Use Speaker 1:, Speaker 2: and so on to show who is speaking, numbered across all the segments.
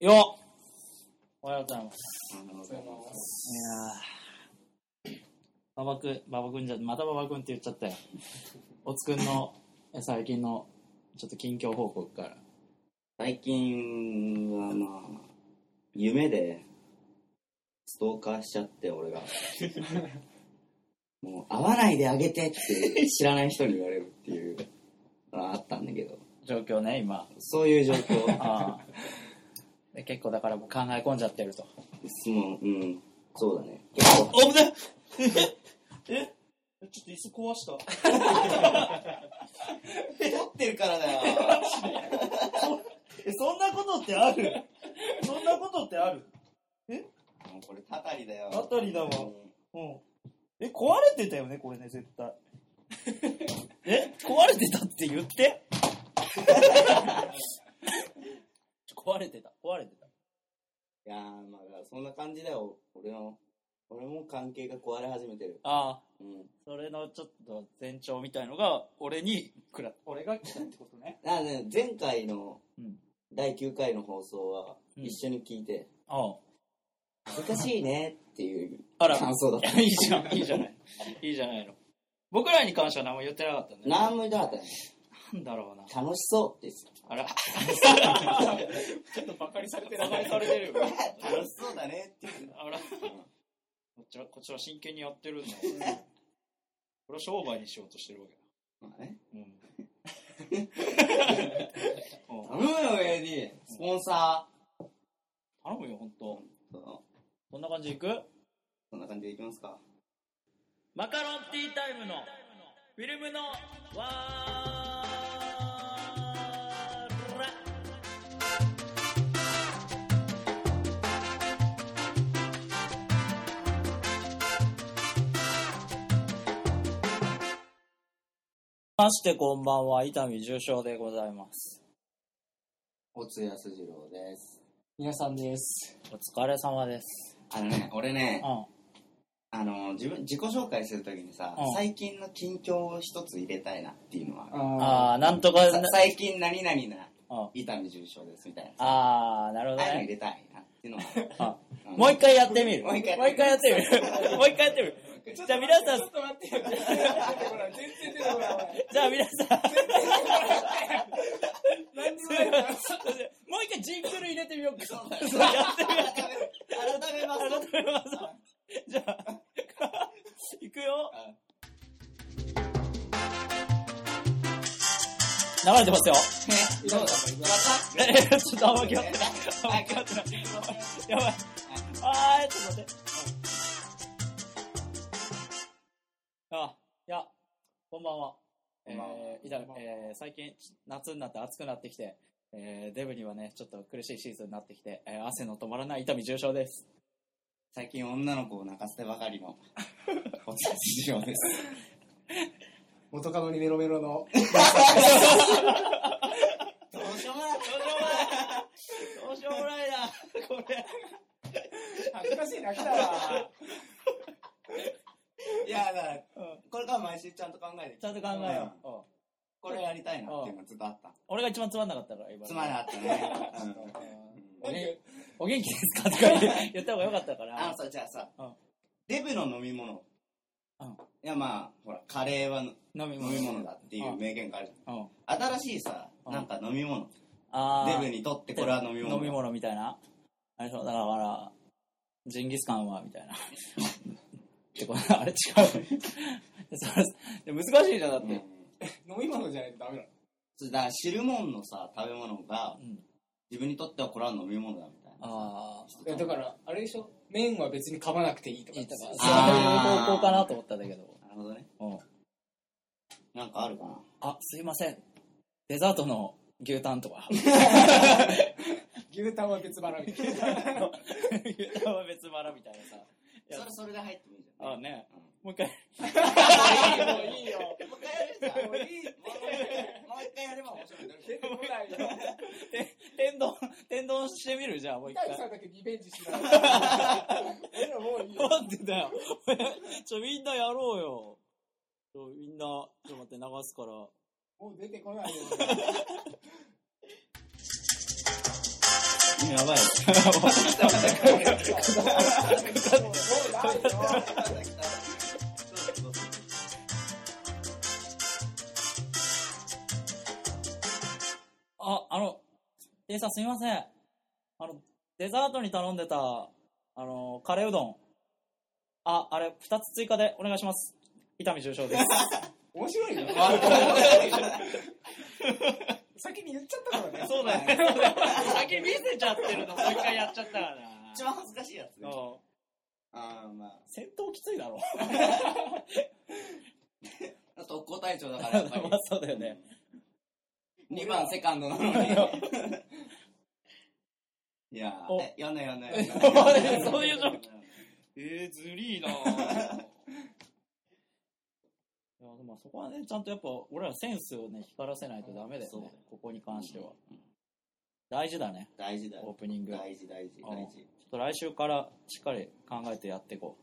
Speaker 1: よっおはようございます。いやー。馬場くん、馬場くんじゃ、また馬場くんって言っちゃったよ。おつくんのえ最近のちょっと近況報告から。
Speaker 2: 最近はまあ夢でストーカーしちゃって俺がもう会わないであげてって知らない人に言われるっていうのがあったんだけど
Speaker 1: 状況ね、今。
Speaker 2: そういう状況
Speaker 1: あーで結構だからもう考え込んじゃってると。
Speaker 2: 質問うんそうだね結構
Speaker 1: おぶね えちょっと椅子壊した。
Speaker 2: 立ってるからだよ
Speaker 1: え、そんなことってあるそんなことってある
Speaker 2: もうこれたたりだよ
Speaker 1: たたりだわうん。え、壊れてたよね、これね、絶対。え、壊れてたって言って。壊れてた、壊れてた。
Speaker 2: いやーまあそんな感じだよ俺の俺も関係が壊れ始めてる
Speaker 1: ああ、
Speaker 2: うん
Speaker 1: それのちょっと前兆みたいのが、俺にくら、俺が来たってことね。
Speaker 2: あね前回の
Speaker 1: うん
Speaker 2: 第9回の放送は
Speaker 1: うん
Speaker 2: 一緒に聞いて
Speaker 1: ああ。
Speaker 2: 「恥ずかしいね」っていう
Speaker 1: あら、
Speaker 2: 感想だった
Speaker 1: いいじゃん、いいじゃない。いいじゃないの。僕らに関しては何も言ってなかったね。
Speaker 2: 何も言わなかったね
Speaker 1: なんだろうな。
Speaker 2: 楽しそうです
Speaker 1: あ ら、
Speaker 3: ちょっとバカにされてる。
Speaker 1: バカにされてるよ。
Speaker 2: 楽しそうだねっていう
Speaker 1: あら、こっちは、こっちは真剣にやってるんだ。これは商売にしようとしてるわけだ。
Speaker 2: まあね
Speaker 1: うん。 うん
Speaker 2: 頼むよ AD スポンサ
Speaker 1: 頼むよ、ほんと。
Speaker 2: ーそ
Speaker 1: こんな感じでいく
Speaker 2: うそんな感じでいきますか
Speaker 1: マカロンティータイムのフィルムのわーらましてこんばんは、伊丹重賞でございます。
Speaker 2: おつやすじろうです
Speaker 3: 皆さんです。
Speaker 1: お疲れ様です。
Speaker 2: あのね俺ね
Speaker 1: うん。
Speaker 2: あの自分自己紹介するときにさ
Speaker 1: うん
Speaker 2: 最近の近況を一つ入れたいなっていうのは
Speaker 1: あ
Speaker 3: あ
Speaker 1: ー、なんとか
Speaker 2: さ
Speaker 1: な、
Speaker 2: 最近何々な
Speaker 1: うん
Speaker 2: 伊丹重症ですみたいなさ
Speaker 1: あー、なるほど
Speaker 2: ああいうの
Speaker 1: ね
Speaker 2: 入。れたいなっていうのは
Speaker 1: あ
Speaker 2: うん
Speaker 1: もう一回やってみる。
Speaker 2: もう一回
Speaker 1: もう一回やってみる。もう一回やってみる。じゃあ皆さん
Speaker 3: ちょ、っと待ってよ。ちょっと待ってよほら全然出てこないほら。
Speaker 1: じゃあ皆さん、
Speaker 3: 何にもないか
Speaker 1: も
Speaker 3: ら。
Speaker 1: う一回ジングル入れてみようか。
Speaker 2: そうだよ
Speaker 1: そうやってみよう。
Speaker 2: 改めます
Speaker 1: 改めます。じゃあ、いくよ。流れてますよ。
Speaker 2: ねどうだ
Speaker 1: え、ちょっとあんま決まってない。あんま
Speaker 2: はい
Speaker 1: 決まってない。 やばい。あー、ちょっと待って。あ、いや、こんばんは。
Speaker 2: こんばんは
Speaker 1: えーいだえー最近、夏になって暑くなってきて、えーデブにはね、ちょっと苦しいシーズンになってきて、えー汗の止まらない痛み重症です。
Speaker 2: 最近女の子を泣かせてばかりのおつやすじろうです
Speaker 3: 元カノにメロメロの。
Speaker 1: どう
Speaker 2: どうしようもない
Speaker 1: しようもないな、 これ。
Speaker 3: 恥ずかしいな、来たわ。
Speaker 2: いやだからこれから毎週ちゃんと考えて
Speaker 1: ちゃんと考えよう。うん
Speaker 2: これやりたいなっていうのずっとあった
Speaker 1: 俺が一番つまんなかったから、今。
Speaker 2: つまらなかったねうん
Speaker 1: おげお元気ですかとか言う言った方が良かったか
Speaker 2: あ
Speaker 1: ら
Speaker 2: の。さじゃあさ
Speaker 1: うん
Speaker 2: デブの飲み物
Speaker 1: うん
Speaker 2: いやまあほらカレーは飲
Speaker 1: 飲み物。
Speaker 2: み物だっていう名言があるじ
Speaker 1: うん。
Speaker 2: ゃん新しいさなんか飲み物
Speaker 1: あ
Speaker 2: デ
Speaker 1: ー
Speaker 2: ブにとってこれは飲み物
Speaker 1: 飲み物みたいな。あれでしょだから、ジンギスカンは、みたいな。 ってこあれ違う。それ難しいじゃん、だっ
Speaker 2: うん
Speaker 1: て。
Speaker 3: 飲み物じゃないとダメ
Speaker 2: そうだから汁物のさ食べ物が
Speaker 1: うん。
Speaker 2: 自分にとってはこれは飲み物だみたいな
Speaker 1: ああ。
Speaker 3: なの。だから、あれでしょ麺は別に噛まなくていいとか
Speaker 1: いいとか、
Speaker 2: あー
Speaker 1: そういう方向かなと思ったんだけど。
Speaker 2: なるほどね
Speaker 1: うん。
Speaker 2: なんかあるかな
Speaker 1: あ、すいません。デザートの牛タンと か。
Speaker 3: 牛タンは別腹みたいな。
Speaker 1: 牛タンは別腹みたいなさ。いや
Speaker 2: それそれで入ってもいいじゃん
Speaker 1: あーね。もう一回。
Speaker 3: もういいよ。
Speaker 2: もう一回やるじゃん
Speaker 3: もういい。
Speaker 2: もう一回やれば面白い
Speaker 3: 出てこないよ。
Speaker 1: 天丼、天丼してみるじゃあ、もう一
Speaker 3: 大
Speaker 1: 回。
Speaker 3: さんだけリベンジしない。俺らもういいよ。
Speaker 1: なんでだよ。 ちょ、みんなやろうよ。ちょ、みんな、ちょっと待って、流すから。
Speaker 3: もう出てこないよ。
Speaker 2: や ばい。
Speaker 1: あ、あの、A さんすみません。あの、デザートに頼んでた、あの、カレーうどん。あ、あれ、二つ追加でお願いします。伊丹重 症です。
Speaker 3: 面白い よ。先に言っちゃったからね。
Speaker 1: そうだよね。先見せちゃってるの、もう一回やっちゃったからな。
Speaker 2: 一番恥ずかしいやつ
Speaker 1: う
Speaker 2: ね。
Speaker 1: ん
Speaker 2: ああ、まあ。
Speaker 1: 戦闘きついだろ。
Speaker 2: 特攻隊長だからやっぱ
Speaker 1: まあ そうだよね。
Speaker 2: り。2番セカンドなのに。いや
Speaker 1: お
Speaker 2: ー、えやんないやんない。
Speaker 1: そういう状況えー、ずりーな いや、でもそこはね、ちゃんとやっぱ、俺らセンスをね、光らせないとダメだよ
Speaker 2: そうだ
Speaker 1: ね
Speaker 2: よ。
Speaker 1: ここに関しては。大事だね、
Speaker 2: 大事だよ。
Speaker 1: オープニング。ちょ
Speaker 2: 大事大事大事。
Speaker 1: っと来週からしっかり考えてやっていこ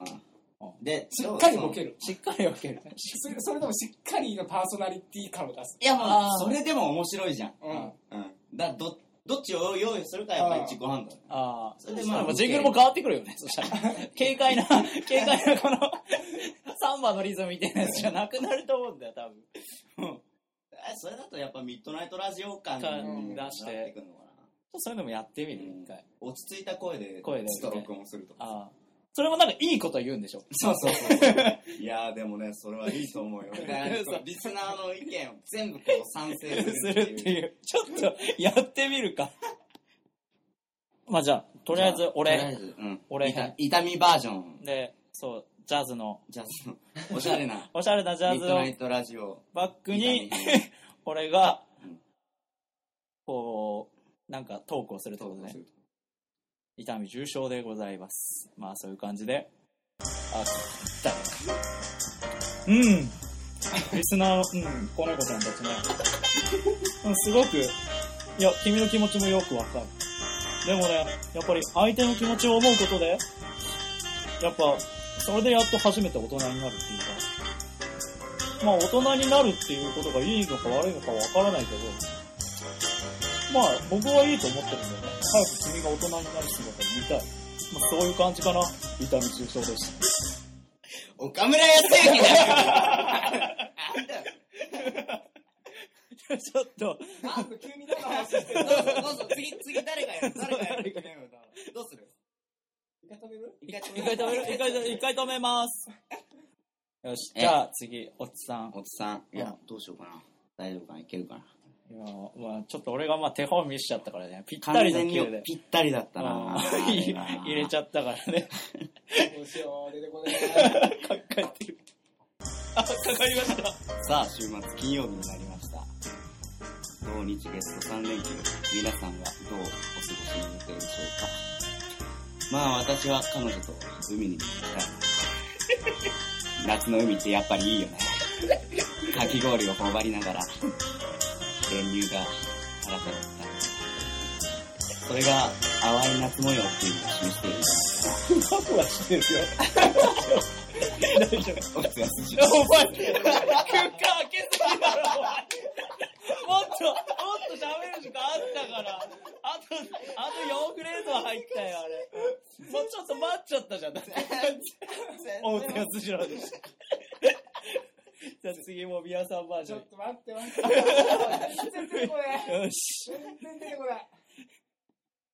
Speaker 2: で、
Speaker 3: しっかりボケ
Speaker 2: る。
Speaker 3: る。
Speaker 1: う。しっかり分ける。
Speaker 3: それそれでもしっかりのパーソナリティ感を出す。
Speaker 2: いやもう
Speaker 1: あー、
Speaker 2: それでも面白いじゃん。
Speaker 3: うん。
Speaker 2: うん。だど、どっちを用意するかやっぱり自己判断。
Speaker 1: ああ、
Speaker 2: それで
Speaker 1: ま
Speaker 2: まあ
Speaker 1: あ、ジングルも変わってくるよね、そしたら。 軽快な、軽快なこの、サンバのリズムみたいなやつじゃなくなると思うんだよ、多分。
Speaker 2: えそれだとやっぱミッドナイトラジオ感
Speaker 1: 感
Speaker 2: に
Speaker 1: 出
Speaker 2: なっ
Speaker 1: して
Speaker 2: てくるのかな。
Speaker 1: そういうのもやってみる、
Speaker 2: うん
Speaker 1: 一回。
Speaker 2: 落ち着いた声で、
Speaker 1: 声で
Speaker 2: ちょっと録音するとか。
Speaker 1: ああ。それもなんかいいこと言うんでしょ。
Speaker 2: そうそうそう。いやーでもね、それはいいと 思うよ。リ
Speaker 1: そう
Speaker 2: スナーの意見を全部こう賛成
Speaker 1: する
Speaker 2: する
Speaker 1: っ
Speaker 2: って
Speaker 1: て
Speaker 2: いう。
Speaker 1: いう。ちょっと、やってみるか。まあじゃあ、とりあえず
Speaker 2: とりあえ
Speaker 1: 俺、
Speaker 2: ず、うん。
Speaker 1: 俺
Speaker 2: いた痛みバージョン。
Speaker 1: で、そう、ジャズの、。
Speaker 2: じゃあその、おしゃれな
Speaker 1: おしゃれなジャ
Speaker 2: ミッ
Speaker 1: ズ
Speaker 2: ドナ
Speaker 1: を
Speaker 2: イトラジオ。
Speaker 1: バックに
Speaker 2: 痛み、編
Speaker 1: 俺が
Speaker 2: うん、
Speaker 1: こう、なんかトークをするってこと
Speaker 2: 投稿
Speaker 1: ね
Speaker 2: す。る
Speaker 1: 痛み重症でございます。まあそういう感じで。あ、だうん。リスナー、うん、この子さんたちね。うん、すごく、いや、君の気持ちもよくわかる。でもね、やっぱり相手の気持ちを思うことで、やっぱ、それでやっと初めて大人になるっていうか、まあ大人になるっていうことがいいのか悪いのかわからないけど、まあ僕はいいと思ってるんだよね。早く君が大人になる姿を見たい。まあそういう感じかな。痛み重症でした。
Speaker 2: 岡村康之だよ
Speaker 1: ちょっと、
Speaker 3: なんか急に何の話して
Speaker 2: ど
Speaker 3: る
Speaker 2: うぞどうぞ、次、次誰がやる誰がやるどうする
Speaker 3: 一回止める
Speaker 2: 一回
Speaker 1: 一回止める、一回止める、一回止めます。よし、じゃあ次、おっちさん。
Speaker 2: おっさん、いうや、どうしようかな。大丈夫かな、いけるかな。
Speaker 1: いやまあちょっと俺がまあ手本見しちゃったからね。ぴった
Speaker 2: 完
Speaker 1: りの
Speaker 2: 全
Speaker 1: キ
Speaker 2: に
Speaker 1: ルで。
Speaker 2: ぴったりだったな。
Speaker 1: うん 入れちゃ
Speaker 2: ゃ
Speaker 1: ったからね。
Speaker 3: どうしよう、出てこ ない。
Speaker 1: かかってる。 あ、かかりました。
Speaker 2: さあ、週末金曜日になりました。土日月と3連休、皆さんはどうお過ごしになっているでしょうか。まあ、私は彼女と海に行きたい。 夏の海ってやっぱりいいよね。かき氷を頬張りながら、練乳が腹立った。それが淡い夏模様っていうのを示しているんじ
Speaker 1: 過去はしてるよ。お前、空間開けすぎだろ、お前。もっと、もっと喋る
Speaker 2: ゃないですか。
Speaker 1: 時間あったから。あと、あと4フレーズは入ったよ、あれ。もうちょっと待っちゃったじゃん。だって大手安次郎でした。じゃあ次も宮さんバージ
Speaker 3: ち
Speaker 1: ョ
Speaker 3: ょ
Speaker 1: ン
Speaker 3: っ。と待って待 って。全然出てこない。
Speaker 1: よし。
Speaker 3: 全然出てこない。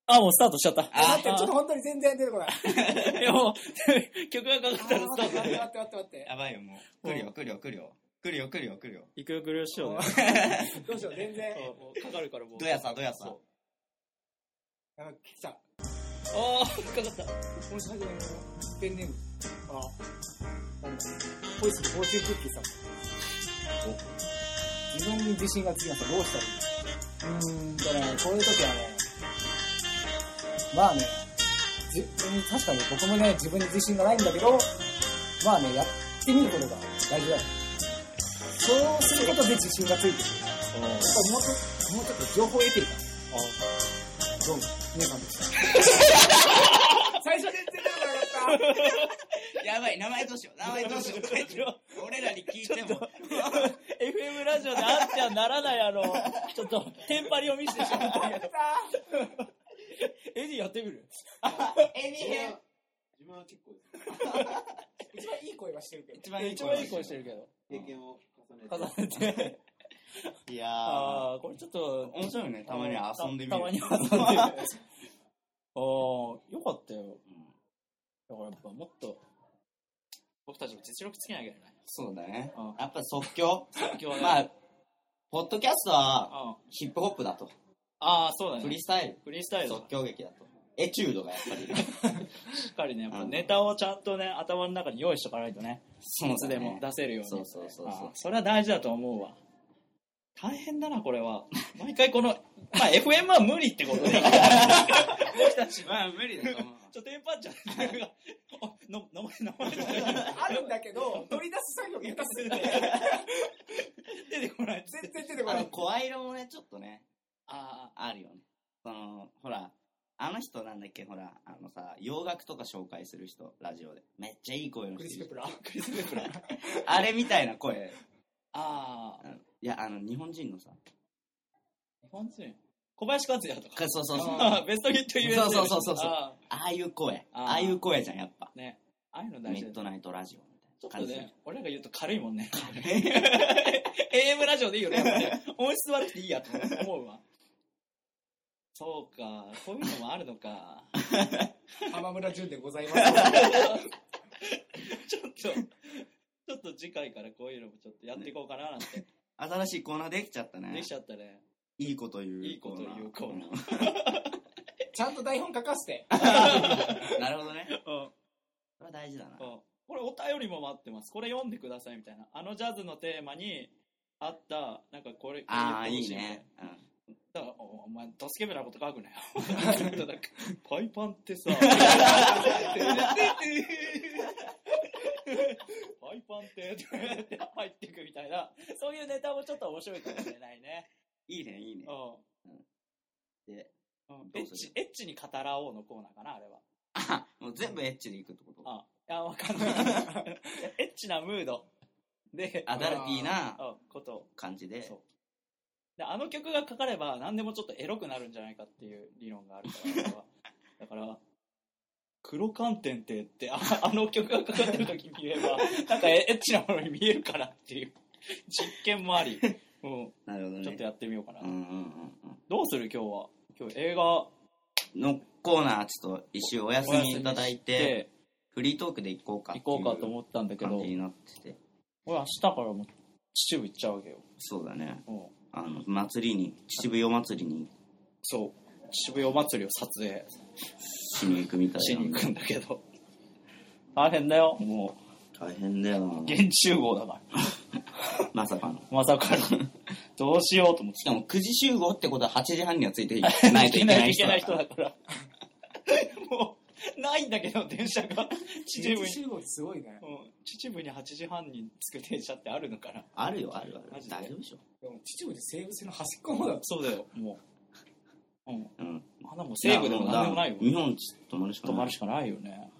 Speaker 1: あ、もうスタートしちゃった。
Speaker 3: 待って、ちょっと本当に全然出てこ ない。
Speaker 1: いやもう、曲がかかったらスタ
Speaker 3: 待っ
Speaker 1: ート
Speaker 3: て待って
Speaker 1: で。
Speaker 3: 待って待って待って。
Speaker 2: やばいよ、もう。来るよ、来るよ、来るよ。来るよ、来るよ、来るよ。
Speaker 1: いくよくよしようね。
Speaker 3: どうしよう、全然。
Speaker 1: そうもうかかるからもう。
Speaker 2: どやさ、どやさ。
Speaker 3: あ来た。
Speaker 1: あー、かかった。
Speaker 3: この最初のペンネーム。あ、なんだ。ポイスのフォーチュンクッキーさん。自分に自信がつきました。どうしたらいいのうーん、だからね、こういう時はね、まあね、じうん確かに僕もね、自分に自信がないんだけど、まあね、やってみることが大事だよ。そうすることで自信がついてる。やっぱもうちょもうちょっと情報を得てるから。どうも、皆さんでした。最初全然出てなかっ
Speaker 2: やばい、名前どうしよう、名前どうしよ う。俺らに聞いても、
Speaker 1: FM ラジオであっちゃならないあの、ちょっとテンパりを見せてしまったけど
Speaker 3: た。
Speaker 1: AD やってみる
Speaker 2: エミ
Speaker 4: 自分
Speaker 2: 編
Speaker 4: は自分は結構です
Speaker 3: 一番いい声はしてるけど。
Speaker 2: 一番いい
Speaker 1: 一番いい声してるけど。
Speaker 4: 経験を重ねて。
Speaker 1: 重ねて。
Speaker 2: いやー
Speaker 1: ああ、これちょっと、
Speaker 2: 面白いねたまに遊んでみる
Speaker 1: たたまに遊んでみる。ああ、よかったよ。
Speaker 2: うん
Speaker 1: だからやっぱもっと、僕たちも実力つけなきゃいけない。
Speaker 2: そうだね
Speaker 1: うん
Speaker 2: やっぱ即興
Speaker 1: 今日はね
Speaker 2: まあポッドキャストは
Speaker 1: あ
Speaker 2: ヒップホップだと
Speaker 1: あー、そうだね。
Speaker 2: フ
Speaker 1: フ
Speaker 2: リ
Speaker 1: リ
Speaker 2: ースタイル
Speaker 1: ースタイルだ
Speaker 2: 即興劇だとエチュードがやっぱり
Speaker 1: しっかりね、やっぱ
Speaker 2: うん
Speaker 1: ネタをちゃんとね、頭の中に用意しとかないとね、
Speaker 2: そう
Speaker 1: いつでも出せるように。
Speaker 2: そうそうそうそう
Speaker 1: ああそれは大事だと思うわ。大変だな、これは。毎回この、まあ FM は無理ってことね。僕たちは。
Speaker 2: まあ無理 だと思う
Speaker 1: ちょっとテンパっちゃう。 あ、の、名前、名前、
Speaker 3: あるんだけ ど、取り出す作業下手すぎて、
Speaker 1: 出てこない。
Speaker 3: 全然出てこ
Speaker 2: あ
Speaker 3: な
Speaker 2: の
Speaker 3: い。
Speaker 2: 声色もねちょっとね
Speaker 1: あ
Speaker 2: あるよねそのほらあの人なんだっけほらあのさ洋楽とか紹介する人ラジオでめっちゃいい声の
Speaker 3: クリス・
Speaker 2: 人い
Speaker 3: ペプ
Speaker 2: る
Speaker 3: ラ。クリス・ペプラ。あ
Speaker 2: あれみたいな声
Speaker 1: あ、ああ、
Speaker 2: あのいやあの日本人のさ
Speaker 1: 日本人。小林克也とか。
Speaker 2: かそうそう そう
Speaker 1: ああ、ベストヒット USA の人。
Speaker 2: そうそうそうそう
Speaker 1: あ
Speaker 2: ああいう声
Speaker 1: あー
Speaker 2: ああいう声じゃんやっぱ
Speaker 1: あね。ああいうの大
Speaker 2: ミ
Speaker 1: 事だ
Speaker 2: ッ
Speaker 1: よ
Speaker 2: ドナイトラジオみたい
Speaker 1: ちょっ
Speaker 2: な
Speaker 1: と
Speaker 2: 感じ
Speaker 1: ね、俺らが言うと軽いもんね。AM ラジオでいいよね。音質悪くていいやと思うわ。そうか、そういうのもあるのか。
Speaker 3: 浜村淳でございます。
Speaker 1: ちょっと、ちょっと次回からこういうのもちょっとやっていこうかななんて。
Speaker 2: 新しいコーナーできちゃったね
Speaker 1: できちゃった ね。
Speaker 2: いいこと言う
Speaker 1: いいこと言うコーナー。
Speaker 3: ちゃんと台本書かせて。
Speaker 2: ーなるほどね
Speaker 1: うん
Speaker 2: それは大事だな
Speaker 1: うんこれお便りも待ってます。これ読んでくださいみたいな。あのジャズのテーマにあった、なんかこれ、
Speaker 2: あ
Speaker 1: こ
Speaker 2: あ
Speaker 1: れ言
Speaker 2: い
Speaker 1: っ
Speaker 2: い
Speaker 1: てほしみたな
Speaker 2: ね、うん
Speaker 1: だからおお前、ドスケベなこと書くなよ。 なんかパイパンってさ、パイパンって、 って入ってくみたいな、そういうネタもちょっと面白いかもしれないね。
Speaker 2: いいねいいね
Speaker 1: うん。
Speaker 2: で
Speaker 1: うん、エ
Speaker 2: どう
Speaker 1: ッ
Speaker 2: す
Speaker 1: チ
Speaker 2: る、
Speaker 1: エッチに語らおうのコーナーかな、あれは。
Speaker 2: あもう全部エッチでいくってこと
Speaker 1: あ、いや、わかんない。 エッチなムードで、
Speaker 2: アダルティーな
Speaker 1: うんことを。
Speaker 2: 感じで
Speaker 1: そうであの曲がかかれば何でもちょっとエロくなるんじゃないかっていう理論があるか ら俺はだから黒観点って言ってああの曲がかかってる時見ればなんかエエッチなものに見えるからっていう実験もあり、う
Speaker 2: なるほど
Speaker 1: ん、
Speaker 2: ね
Speaker 1: ちょっとやってみようかな、
Speaker 2: うんうんうんうん
Speaker 1: どうする今日は今日映画
Speaker 2: のコーナーちょっと一周お休みいただいて
Speaker 1: で
Speaker 2: フリートークで行こうか
Speaker 1: 行こうかと
Speaker 2: っ
Speaker 1: 思ったんだけ
Speaker 2: ていう
Speaker 1: ど
Speaker 2: 感じ
Speaker 1: 俺
Speaker 2: になってて
Speaker 1: 明日からもう秩父行っちゃうわけよ、
Speaker 2: そうだね
Speaker 1: うん、
Speaker 2: あの祭りに秩父夜祭りに
Speaker 1: そう秩父夜祭りを撮影
Speaker 2: しに行くみたい
Speaker 1: し
Speaker 2: な
Speaker 1: に
Speaker 2: ん
Speaker 1: 行
Speaker 2: で
Speaker 1: くんだけ ど大変だよもう
Speaker 2: 大変だよな
Speaker 1: 現集合だから
Speaker 2: まさかの
Speaker 1: まさか の。どうしようと思っ。
Speaker 2: してかも9時集合ってことは8時半にはついていないといけない
Speaker 1: いけ
Speaker 2: 人
Speaker 1: な
Speaker 2: だ
Speaker 1: い人
Speaker 2: から
Speaker 1: だから。 もう、ないんだけど、電車が。秩父に。
Speaker 3: 集合すごいね。
Speaker 1: うん秩父に8時半に着く電車ってあるのかな。
Speaker 2: あるよあるあ
Speaker 1: マ
Speaker 2: る
Speaker 1: ジで
Speaker 2: 大丈夫でしょ
Speaker 3: でも秩父で西武線の端っこの方だ
Speaker 1: そうだよ、もう。うん。
Speaker 2: うん
Speaker 1: まだもう西部でもなんでもないよ。
Speaker 2: 日本ちょっと泊まるしか
Speaker 1: 止ま
Speaker 2: ない
Speaker 1: るしかないよね。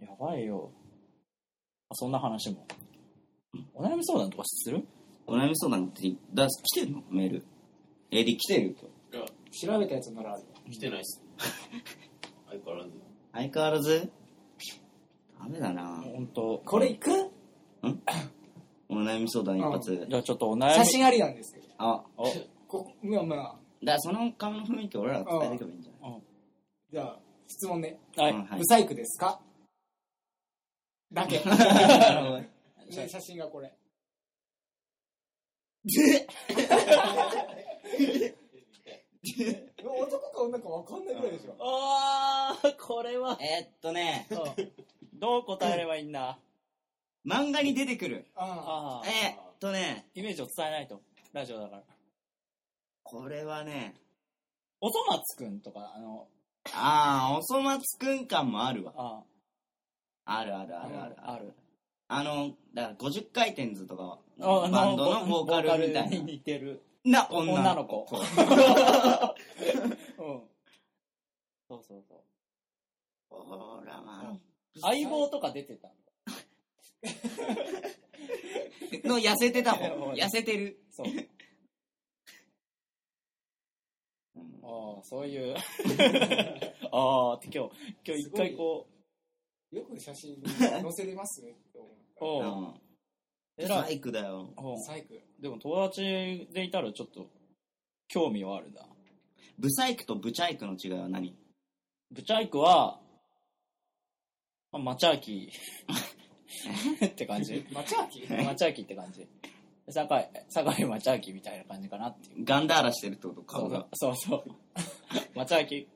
Speaker 1: やばいよ。あそんな話も。お悩み相談とかする
Speaker 2: お悩み相談ってだ来てるのメール AD 来てると
Speaker 4: いや、
Speaker 3: 調べたやつならある。
Speaker 4: 来てない っす。相変わらず。
Speaker 2: 相変わらずダメだな
Speaker 1: 本当。
Speaker 3: これ行く
Speaker 2: お悩み相談一発
Speaker 1: じゃあちょっとお悩み。
Speaker 3: 写真ありなんですけど。
Speaker 2: あ
Speaker 1: お
Speaker 3: ここ、まあまあ、
Speaker 2: だからその顔の雰囲気を俺らが伝えていけばいいんじゃない
Speaker 3: じゃあ、質問ね。
Speaker 1: は
Speaker 2: うん
Speaker 1: い。
Speaker 2: はい
Speaker 3: ブサイクですかだ け。 ね写真がこれ。男か女かわかんないぐらいでしょ。
Speaker 1: あー、これは。
Speaker 2: えーっとね
Speaker 1: どう答えればいいんだ
Speaker 2: 漫画に出てくる
Speaker 3: あ
Speaker 1: あー
Speaker 2: えーっとね
Speaker 1: イメージを伝えないと。ラジオだから。
Speaker 2: これはね
Speaker 1: おそ松くんとか、あの、
Speaker 2: ああおそ松くん感もあるわ
Speaker 1: あ
Speaker 2: あるある
Speaker 1: あ
Speaker 2: あるある
Speaker 1: ある。
Speaker 2: あの、だから50回転ずとか、
Speaker 1: あ
Speaker 2: バンドのボーカルみたい
Speaker 1: に似てる。
Speaker 2: な。な、女の子。
Speaker 1: 女の子。 うん。そうそうそう。
Speaker 2: ほら、
Speaker 1: う
Speaker 2: ま
Speaker 1: ん相棒とか出てた。
Speaker 2: あ。の、痩せてた
Speaker 1: いやも
Speaker 2: 方。
Speaker 1: う
Speaker 2: 痩せてる。
Speaker 1: そう。
Speaker 2: うん
Speaker 1: ああ、そういう。ああーって今日、今日一回こ
Speaker 3: よく写真載せれますね って思
Speaker 1: う、
Speaker 2: う。
Speaker 1: おうんえら
Speaker 2: サ
Speaker 1: い。
Speaker 2: イクだよ。
Speaker 1: おう
Speaker 3: サイクル。
Speaker 1: でも友達でいたらちょっと、興味はあるな。
Speaker 2: ブサイクとブチャイクの違いは何
Speaker 1: ブチャイクは、まあ、マチャーキーって感じ。
Speaker 3: マチャー キー
Speaker 1: マチャーキーって感じ。酒井、酒井マチャーキーみたいな感じかなっていう。
Speaker 2: ガンダーラしてるってこと
Speaker 1: そ
Speaker 2: 顔
Speaker 1: う
Speaker 2: が。
Speaker 1: そう。そうそう。 マチャーキ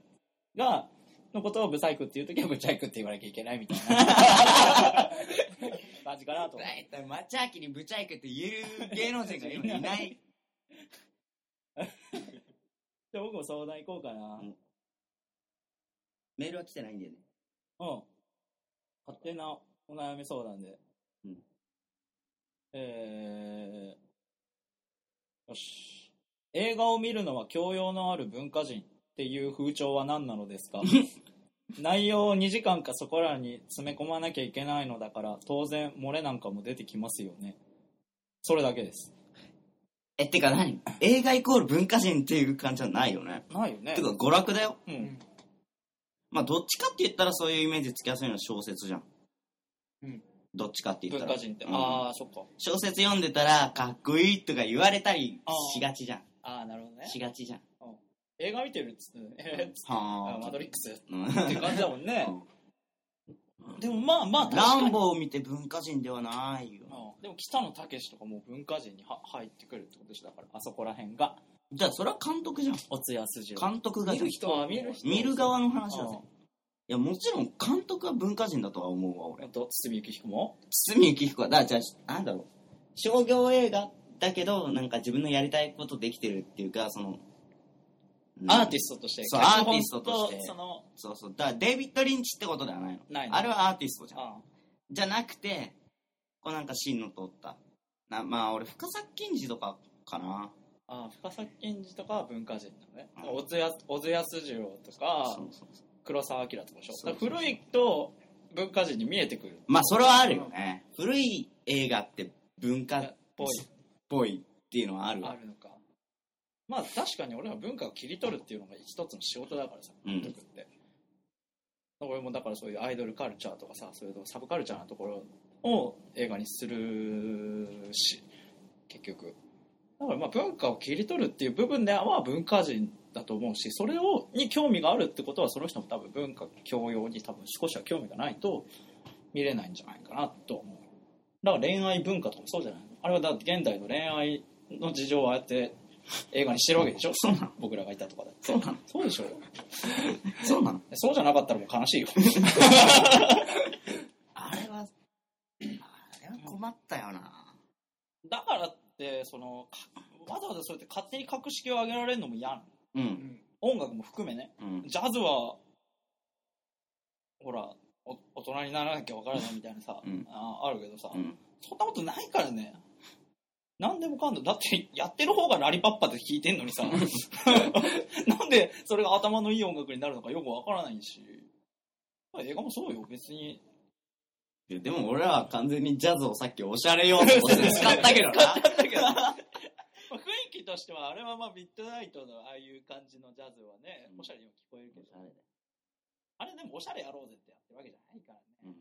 Speaker 1: ーが、のことをブサイクっていうときはブチャイクって言わなきゃいけないみたいな感じかなと思う。
Speaker 2: いたいマチャーキにブチャイクって言える芸能人が今いない。
Speaker 1: じゃあ僕も相談行こうかな。
Speaker 2: うんメールは来てないんだよね。
Speaker 1: うん。勝手なお悩み相談で。
Speaker 2: うん
Speaker 1: えー、よし。映画を見るのは教養のある文化人っていう風潮は何なのです か内容を2時間かそこらに詰め込まなきゃいけないのだから、当然漏れなんかも出てきますよね。それだけです。
Speaker 2: え、てか何映画イコール文化人っていう感じはないよね。
Speaker 1: ないよね
Speaker 2: てか娯楽だよ。
Speaker 1: う
Speaker 3: うん
Speaker 1: ん。。
Speaker 2: まあどっちかって言ったらそういうイメージつきやすいのは小説じゃん。
Speaker 3: うん。
Speaker 2: どっちかって言っ
Speaker 1: 文
Speaker 2: たら。
Speaker 1: 化人って。
Speaker 2: うん
Speaker 1: ああ、そっか。
Speaker 2: 小説読んでたらかっこいいとか言われたりしがちじゃん。
Speaker 1: ああ、なるほどね。
Speaker 2: しがちじゃん。
Speaker 1: 映画見てるっつってね、えーっつって
Speaker 2: は
Speaker 1: あマ トリックスっ
Speaker 2: うん
Speaker 1: て感じだもんね。
Speaker 2: う
Speaker 1: でもまあまあ
Speaker 2: ん
Speaker 1: 確か
Speaker 2: ラ
Speaker 1: に
Speaker 2: ンボーを見て文化人ではないよ。
Speaker 1: うんでも北野武とかもう文化人には入ってくるってことでしょだからあそこら辺が
Speaker 2: じゃあそれは監督じゃん。
Speaker 1: おつやすじ
Speaker 2: 監督が
Speaker 3: 見
Speaker 2: じゃん
Speaker 3: る人は
Speaker 1: 見る人
Speaker 2: 見る側の話だ
Speaker 1: あ
Speaker 2: ぜ。いや、もちろん監督は文化人だとは思うわ、
Speaker 1: あ
Speaker 2: 俺。
Speaker 1: と堤幸彦も
Speaker 2: 堤幸彦は、だからじゃあ、なんだろう。商業映画だけど、なんか自分のやりたいことできてるっていうか、その、うん
Speaker 1: アーティストとして
Speaker 2: そう
Speaker 1: 脚本
Speaker 2: アーティストとして
Speaker 1: その
Speaker 2: そうそう。だからデイビッド・リンチってことではないの。
Speaker 1: ないの
Speaker 2: あれはアーティストじゃん。
Speaker 1: あ
Speaker 2: じゃなくて、こうなんか芯の通った。なまあ俺、深作金次とかかな。
Speaker 1: ああ深作賢治とかは文化人なのね
Speaker 2: うん
Speaker 1: 小津安小津安二郎とか
Speaker 2: そうそうそう。
Speaker 1: 黒澤明とかでしょ
Speaker 2: そうそう
Speaker 1: だから古いと文化人に見えてくる
Speaker 2: まあそれはあるよね。古い映画って文化
Speaker 1: っ
Speaker 2: っ
Speaker 1: ぽい
Speaker 2: ぽいっていうのはあるわ
Speaker 1: あるのかまあ確かに俺は文化を切り取るっていうのが一つの仕事だからさ
Speaker 2: うん
Speaker 1: 監督って、俺もだからそういうアイドルカルチャーとかさそういうサブカルチャーなところを映画にするし結局だからまあ文化を切り取るっていう部分では文化人だと思うしそれをに興味があるってことはその人も多分文化教養に多分少しは興味がないと見れないんじゃないかなと思うだから恋愛文化とかもそうじゃないあれはだって現代の恋愛の事情をああやって映画にしてるわけでしょ
Speaker 2: そうなの
Speaker 1: 僕らがいたとかだってそうでしょうよ
Speaker 2: そうなの
Speaker 1: そうじゃなかったらもう悲しいよ
Speaker 2: あれは、あれは困ったよな。
Speaker 1: だからってそのかわざわざそうやって勝手に格式を上げられるのも嫌なの
Speaker 2: う。
Speaker 3: うんん。
Speaker 1: 音楽も含めね
Speaker 2: うん。
Speaker 1: ジャズはほらお大人にならなきゃわからないみたいなさ、
Speaker 2: うん
Speaker 1: ああるけどさ、
Speaker 2: うん
Speaker 1: そんなことないからねなんでもかんだだってやってる方がラリパッパで弾いてんのに さなんでそれが頭のいい音楽になるのかよくわからないし映画もそうよ別に
Speaker 2: いやでも俺らは完全にジャズをさっきおしゃれ用途として使ったけどな。
Speaker 1: まあ、雰囲気としては、あれはまあ、ビットナイトのああいう感じのジャズはね、
Speaker 2: うん
Speaker 1: おしゃれにも聞こえるけど、あれでもおしゃれやろうぜってやってるわけじゃないから
Speaker 2: う
Speaker 1: ね。
Speaker 2: ん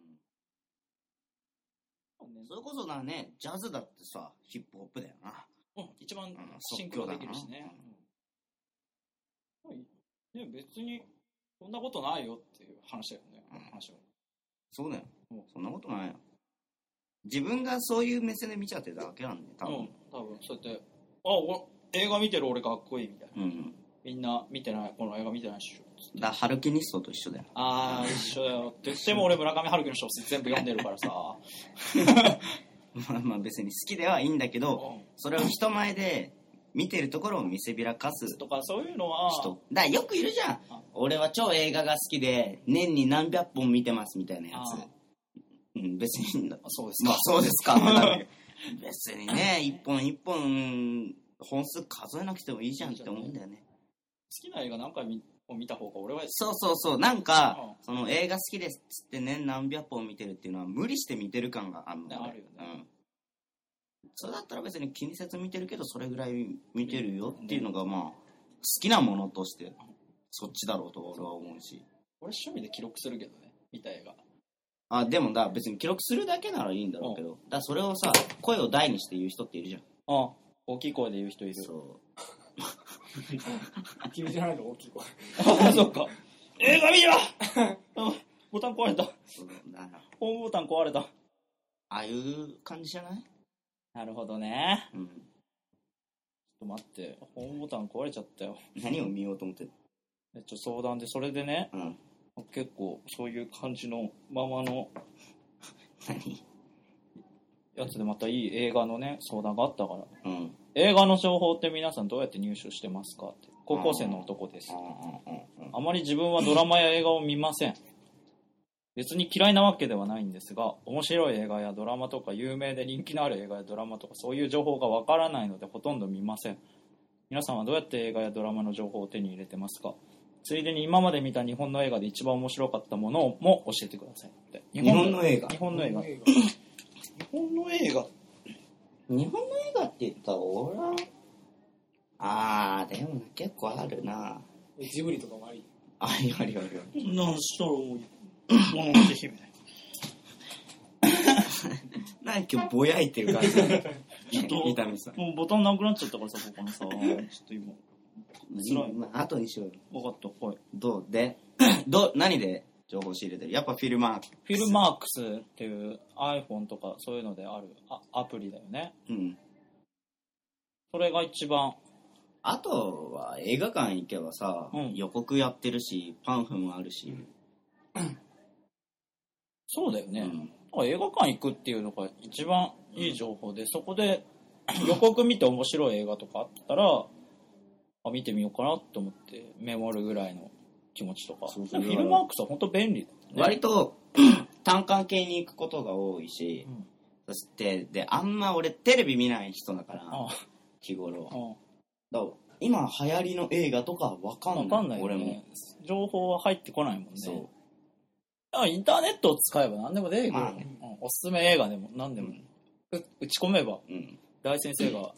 Speaker 1: そうね
Speaker 2: それこそだね、ジャズだってさ、ヒップホップだよな。
Speaker 1: うん、一番
Speaker 2: ん
Speaker 1: シンクロできるしね。うんね別に、そんなことないよっていう話だよね、
Speaker 2: うん
Speaker 1: 話は。
Speaker 2: そうだよ
Speaker 1: うん。
Speaker 2: そんなことないよ。自分がそういう目線で見ちゃってるだけなんで、多
Speaker 1: うん
Speaker 2: 分。、
Speaker 1: 多分、そうやって、あ、お映画見てる俺かっこいいみたいな。
Speaker 2: うん。
Speaker 1: みんな見てない、この映画見てないっしょ。
Speaker 2: だからハルキニストと一緒だよ。
Speaker 1: あー、一緒だよって言っても俺村上春樹の小説全部読んでるからさ。
Speaker 2: まあまあ別に好きではいいんだけど、
Speaker 1: うん
Speaker 2: それを人前で見てるところを見せびらかす
Speaker 1: とかそういうのは、
Speaker 2: 人。だからよくいるじゃん
Speaker 1: あ。
Speaker 2: 俺は超映画が好きで、年に何百本見てますみたいなや
Speaker 1: ああ
Speaker 2: つ。うん、別 に、
Speaker 1: あそうですか
Speaker 2: まあそうです か。まあだね別にね、一本一本、本数数えなくてもいいじゃんって思うんだよね。
Speaker 1: 好きな映画何回見を見た方が俺は
Speaker 2: そうそうそう。なんか
Speaker 1: うん、
Speaker 2: その映画好きですっつって年何百本見てるっていうのは無理して見てる感があるのね
Speaker 1: ねあるよね
Speaker 2: うん。それだったら別に気にせず見てるけど、それぐらい見てるよっていうのがまあ、好きなものとして、そっちだろうと俺は思うし。
Speaker 5: 俺趣味で記録するけどね、見た映画。
Speaker 2: あ、でもだ、別に記録するだけならいいんだろうけど、だからそれをさ、声を大にして言う人っているじゃん。
Speaker 1: あ、大きい声で言う人いる。
Speaker 2: そ
Speaker 3: 君じゃないの大きい声。
Speaker 1: あ、そっ か。映画見ればあ ボタン壊れた。
Speaker 2: うそう。だから、
Speaker 1: ホームボタン壊れた。
Speaker 2: ああいう感じじゃない
Speaker 1: なるほどね。
Speaker 2: うん。
Speaker 1: ちょっと待って、ホームボタン壊れちゃったよ。
Speaker 2: 何を見ようと思ってる
Speaker 1: えちょっと相談で、それでね、
Speaker 2: うん。
Speaker 1: 結構そういう感じのままの
Speaker 2: 何
Speaker 1: やつでまたいい映画のね、相談があったから。
Speaker 2: うん。うん
Speaker 1: 映画の情報って皆さんどうやって入手してますかって。高校生の男です。
Speaker 2: うんうん。
Speaker 1: あまり自分はドラマや映画を見ません。別に嫌いなわけではないんですが、面白い映画やドラマとか、有名で人気のある映画やドラマとか、そういう情報がわからないのでほとんど見ません。皆さんはどうやって映画やドラマの情報を手に入れてますかついでに今まで見た日本の映画で一番面白かったものも教えてくださいって。
Speaker 2: 日本の映画
Speaker 1: 日本の映画。
Speaker 5: 日本の映画
Speaker 2: 日本の映画って言ったら、俺は、あー、でも結構あるな。
Speaker 3: ジブリとかもあり。
Speaker 2: あ、あるあるある。
Speaker 5: なんしたらもう、もののけ姫。
Speaker 2: なんか今日ぼやいてる感じ。
Speaker 1: ちょっと
Speaker 2: 伊丹さん。
Speaker 1: もうボタンなくなっちゃったからさ、ここのさ、ちょっと今、辛い
Speaker 2: まあ、後にしようよ。
Speaker 1: 分かった、来い。
Speaker 2: どうで、どう、何で情報仕入れてるやっぱフィルマーク。
Speaker 1: フィルマークスっていう iPhone とかそういうのであるあアプリだよね。
Speaker 2: うん。
Speaker 1: それが一番。
Speaker 2: あとは映画館行けばさ、
Speaker 1: うん
Speaker 2: 予告やってるし、パンフもあるし、
Speaker 1: そうだよ
Speaker 2: う
Speaker 1: ね。
Speaker 2: ん
Speaker 1: だから映画館行くっていうのが一番いい情報で、そこで 予告見て面白い映画とかあったら、あ見てみようかなと思ってメモるぐらいの気持ちとか。
Speaker 2: そうそう
Speaker 1: フィルマークスは本当便利だよね。
Speaker 2: 割と 単館系に行くことが多いし、
Speaker 1: うん
Speaker 2: そして、で、あんま俺テレビ見ない人だから、
Speaker 1: あ
Speaker 2: 日頃
Speaker 1: あ。あ
Speaker 2: だから今流行りの映画とかわかんない。
Speaker 1: わかんないよ
Speaker 2: 俺も
Speaker 1: ね。。情報は入ってこないもんね。
Speaker 2: そ
Speaker 1: だからインターネットを使えば何でも出てくる
Speaker 2: ま
Speaker 1: よ
Speaker 2: あね
Speaker 1: うんおすすめ映画でも何でも、う打ち込めば
Speaker 2: う。うん。
Speaker 1: 大先生が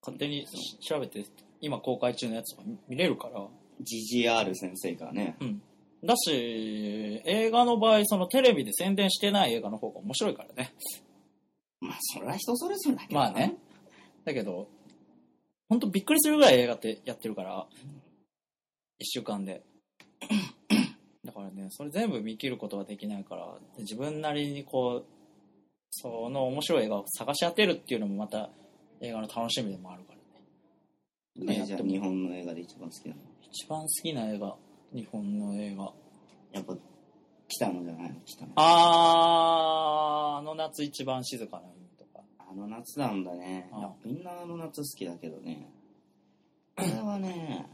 Speaker 1: 勝手にし調べて今公開中のやつとか見見れるから、
Speaker 2: GGR 先生がね、
Speaker 1: うん、だし映画の場合そのテレビで宣伝してない映画の方が面白いからね
Speaker 2: まあそれは人それぞれだけど
Speaker 1: まあね。だけど本当びっくりするぐらい映画ってやってるから1週間でだからねそれ全部見切ることができないから自分なりにこうその面白い映画を探し当てるっていうのもまた映画の楽しみでもあるからね
Speaker 2: ねじゃあ日本の映画で一番好きなの。
Speaker 1: 一番好きな映画日本の映画
Speaker 2: やっぱ、北野じゃないの北野。
Speaker 1: あーあの夏一番静かな海とか
Speaker 2: あの夏なんだね。
Speaker 1: ああ
Speaker 2: いやみんなあの夏好きだけどね。これはね、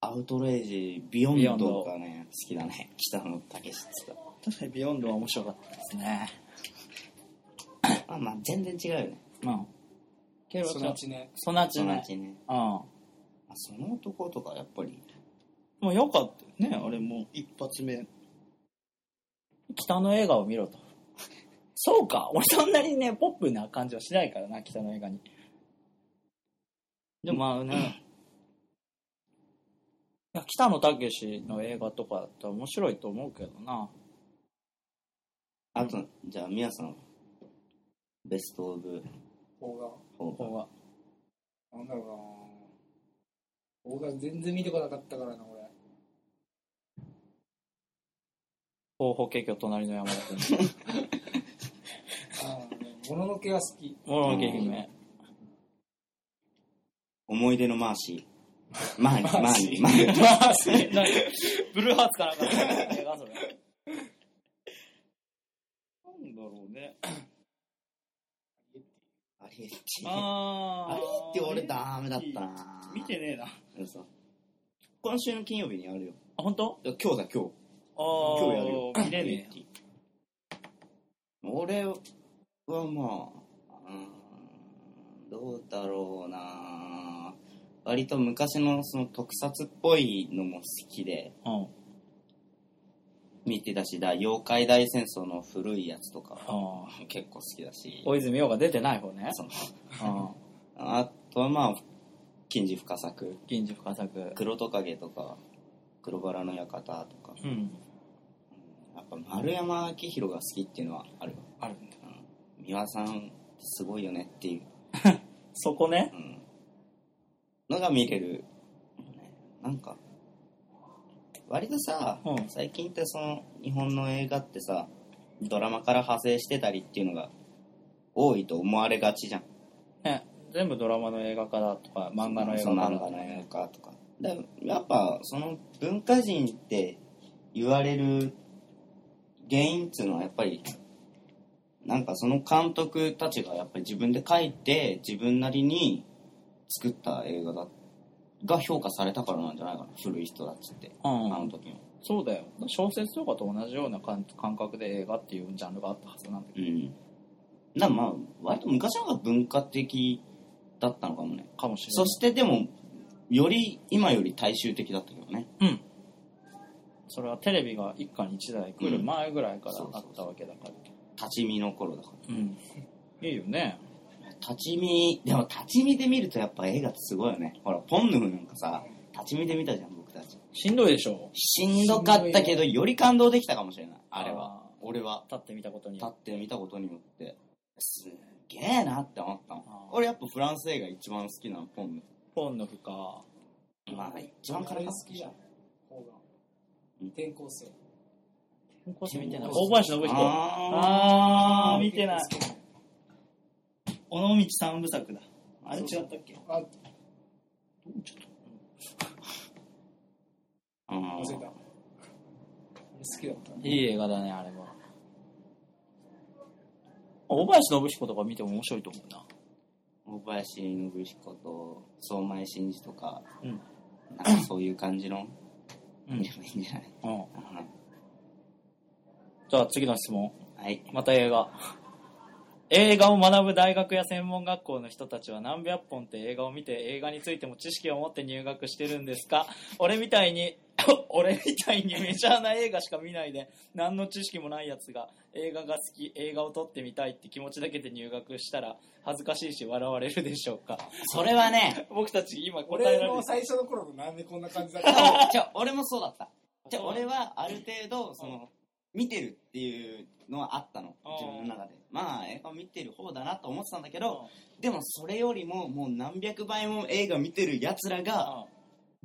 Speaker 2: アウトレイジ、ビヨ
Speaker 1: ビヨン
Speaker 2: ン
Speaker 1: ド
Speaker 2: ドがね、好きだね。北野武史って
Speaker 1: 確かにビヨンドは面白かったですね
Speaker 2: 言った。あ、まあ全然違うよね。
Speaker 1: うんけど
Speaker 3: そのうちね。
Speaker 1: そなち
Speaker 2: そのう
Speaker 1: ね
Speaker 2: ちね。
Speaker 1: うん
Speaker 2: あその男とかやっぱり、
Speaker 1: もうよかったよね
Speaker 5: あれもう一発目。
Speaker 1: 北の映画を見ろと そうか俺そんなにねポップな感じはしないからな北の映画にでもまあね、いや北野武の映画とかだったら面白いと思うけどな
Speaker 2: あと、じゃあ皆さん、ベストオブ、
Speaker 3: 邦画。
Speaker 2: ほう
Speaker 1: 方が
Speaker 3: なんだろうな僕が全然見てこなかったからな、俺。
Speaker 1: 方法景況隣の山田君
Speaker 3: ああねもののけは好き。
Speaker 1: もののけ姫。
Speaker 2: 思い出のマーシー。マーニー、 マーニー、マーニー。
Speaker 1: マジで何 ブルーハーツかなんかの映画それ。なんだろうね。
Speaker 2: ありえって。あ
Speaker 1: あー。
Speaker 2: りえって俺ダメだったな。
Speaker 1: 見てねえな。あ、
Speaker 2: 嘘今週の金曜日にあるよ。
Speaker 1: 本当？
Speaker 2: いや今日だ、今日。
Speaker 1: あー。
Speaker 2: 今日やるよ。
Speaker 1: 見れねえ。
Speaker 2: 俺はまあ、うーん、どうだろうな割と昔のその特撮っぽいのも好きで
Speaker 1: うん。
Speaker 2: 見てたし、だ妖怪大戦争の古いやつとか
Speaker 1: あ
Speaker 2: 結構好きだし、
Speaker 1: 大泉洋が出てない方ね。
Speaker 2: その
Speaker 1: うん。
Speaker 2: あとはまあ、金次深作、
Speaker 1: 銀次深作。
Speaker 2: 黒トカゲとか、黒バラの館とか、
Speaker 1: うん。
Speaker 2: この丸山明宏が好きっていうのはあるよ。
Speaker 1: あるんだ。
Speaker 2: うん三輪さん、すごいよねっていう、
Speaker 1: そこね。
Speaker 2: うん、のが見れる。なんか、割とさ、
Speaker 1: うん
Speaker 2: 最近ってその、日本の映画ってさ、ドラマから派生してたりっていうのが多いと思われがちじゃん。
Speaker 1: ね全部ドラマの映画化だとか、漫画の映
Speaker 2: そう
Speaker 1: 画化だ
Speaker 2: 漫
Speaker 1: と
Speaker 2: 画
Speaker 1: か
Speaker 2: の映
Speaker 1: ね。
Speaker 2: 画化とか。だやっぱ、その文化人って言われる原因っていうのはやっぱり、なんかその監督たちがやっぱり自分で書いて、自分なりに作った映画だが評価されたからなんじゃないかな、古い人たちって、
Speaker 1: う
Speaker 2: あの
Speaker 1: ん。
Speaker 2: 時の。
Speaker 1: そうだよ。小説とかと同じような感感覚で映画っていうジャンルがあったはずなんだけ
Speaker 2: うん。なまあ、割と昔の方が文化的だったのかもね。
Speaker 1: ど、かもしれな
Speaker 2: そ
Speaker 1: い。
Speaker 2: してでも、より、今より大衆的だったけどね。
Speaker 1: それはテレビが一家に一台来る前ぐらいからあったわけだから。
Speaker 2: 立ち見の頃だから。
Speaker 1: うん。いいよね。
Speaker 2: 立ち見、でも立ち見で見るとやっぱ映画ってすごいよね。ほら、ポンヌフなんかさ、立ち見で見たじゃん、僕たち。
Speaker 1: しんどいでしょ
Speaker 2: しんどかったけど、より感動できたかもしれない。あれは
Speaker 1: あー。
Speaker 2: 俺は。
Speaker 1: 立ってみたことに
Speaker 2: 立
Speaker 1: よっ
Speaker 2: って見たことによって、すげえなって思ったの
Speaker 1: あ。ー
Speaker 2: 俺やっぱフランス映画一番好きなの、ポンヌ
Speaker 1: て。ポンの負か。
Speaker 2: フ。まあ、一番から
Speaker 3: 好きだ。方が
Speaker 2: うん。
Speaker 3: 転校生。
Speaker 1: 健康誌見てない。大林信彦。
Speaker 2: あ
Speaker 1: あー、見てない。
Speaker 5: 尾道三部作だ。
Speaker 2: あれ違ったっけ
Speaker 3: あ、
Speaker 2: あー
Speaker 3: 忘れた。あれ好きだったね。
Speaker 1: いい映画だね、あれは。大林信彦とか見ても面白いと思うな。
Speaker 2: 大林信彦と相前真司とか、
Speaker 1: うん
Speaker 2: なんかそういう感じの、
Speaker 1: う
Speaker 2: 見ればいいんじゃない
Speaker 1: ん。
Speaker 2: あー
Speaker 1: じゃあ次の質問。
Speaker 2: はい。
Speaker 1: また映画。映画を学ぶ大学や専門学校の人たちは何百本って映画を見て映画についても知識を持って入学してるんですか俺みたいに、 俺みたいにメジャーな映画しか見ないで何の知識もないやつが映画が好き、映画を撮ってみたいって気持ちだけで入学したら恥ずかしいし笑われるでしょうか
Speaker 2: それはね、
Speaker 1: 僕たち今答え
Speaker 3: 俺
Speaker 1: られ
Speaker 3: の
Speaker 1: る。
Speaker 3: 最初の頃のなんでこんな感じだっ
Speaker 2: じ
Speaker 3: た の
Speaker 2: ゃあじゃあ俺もそうだった。じゃあ俺はある程度、その、見てるっていうのはあったの、
Speaker 1: あー
Speaker 2: 自分の中で。まあ、映画見てる方だなと思ってたんだけど、でもそれよりももう何百倍も映画見てる奴らが、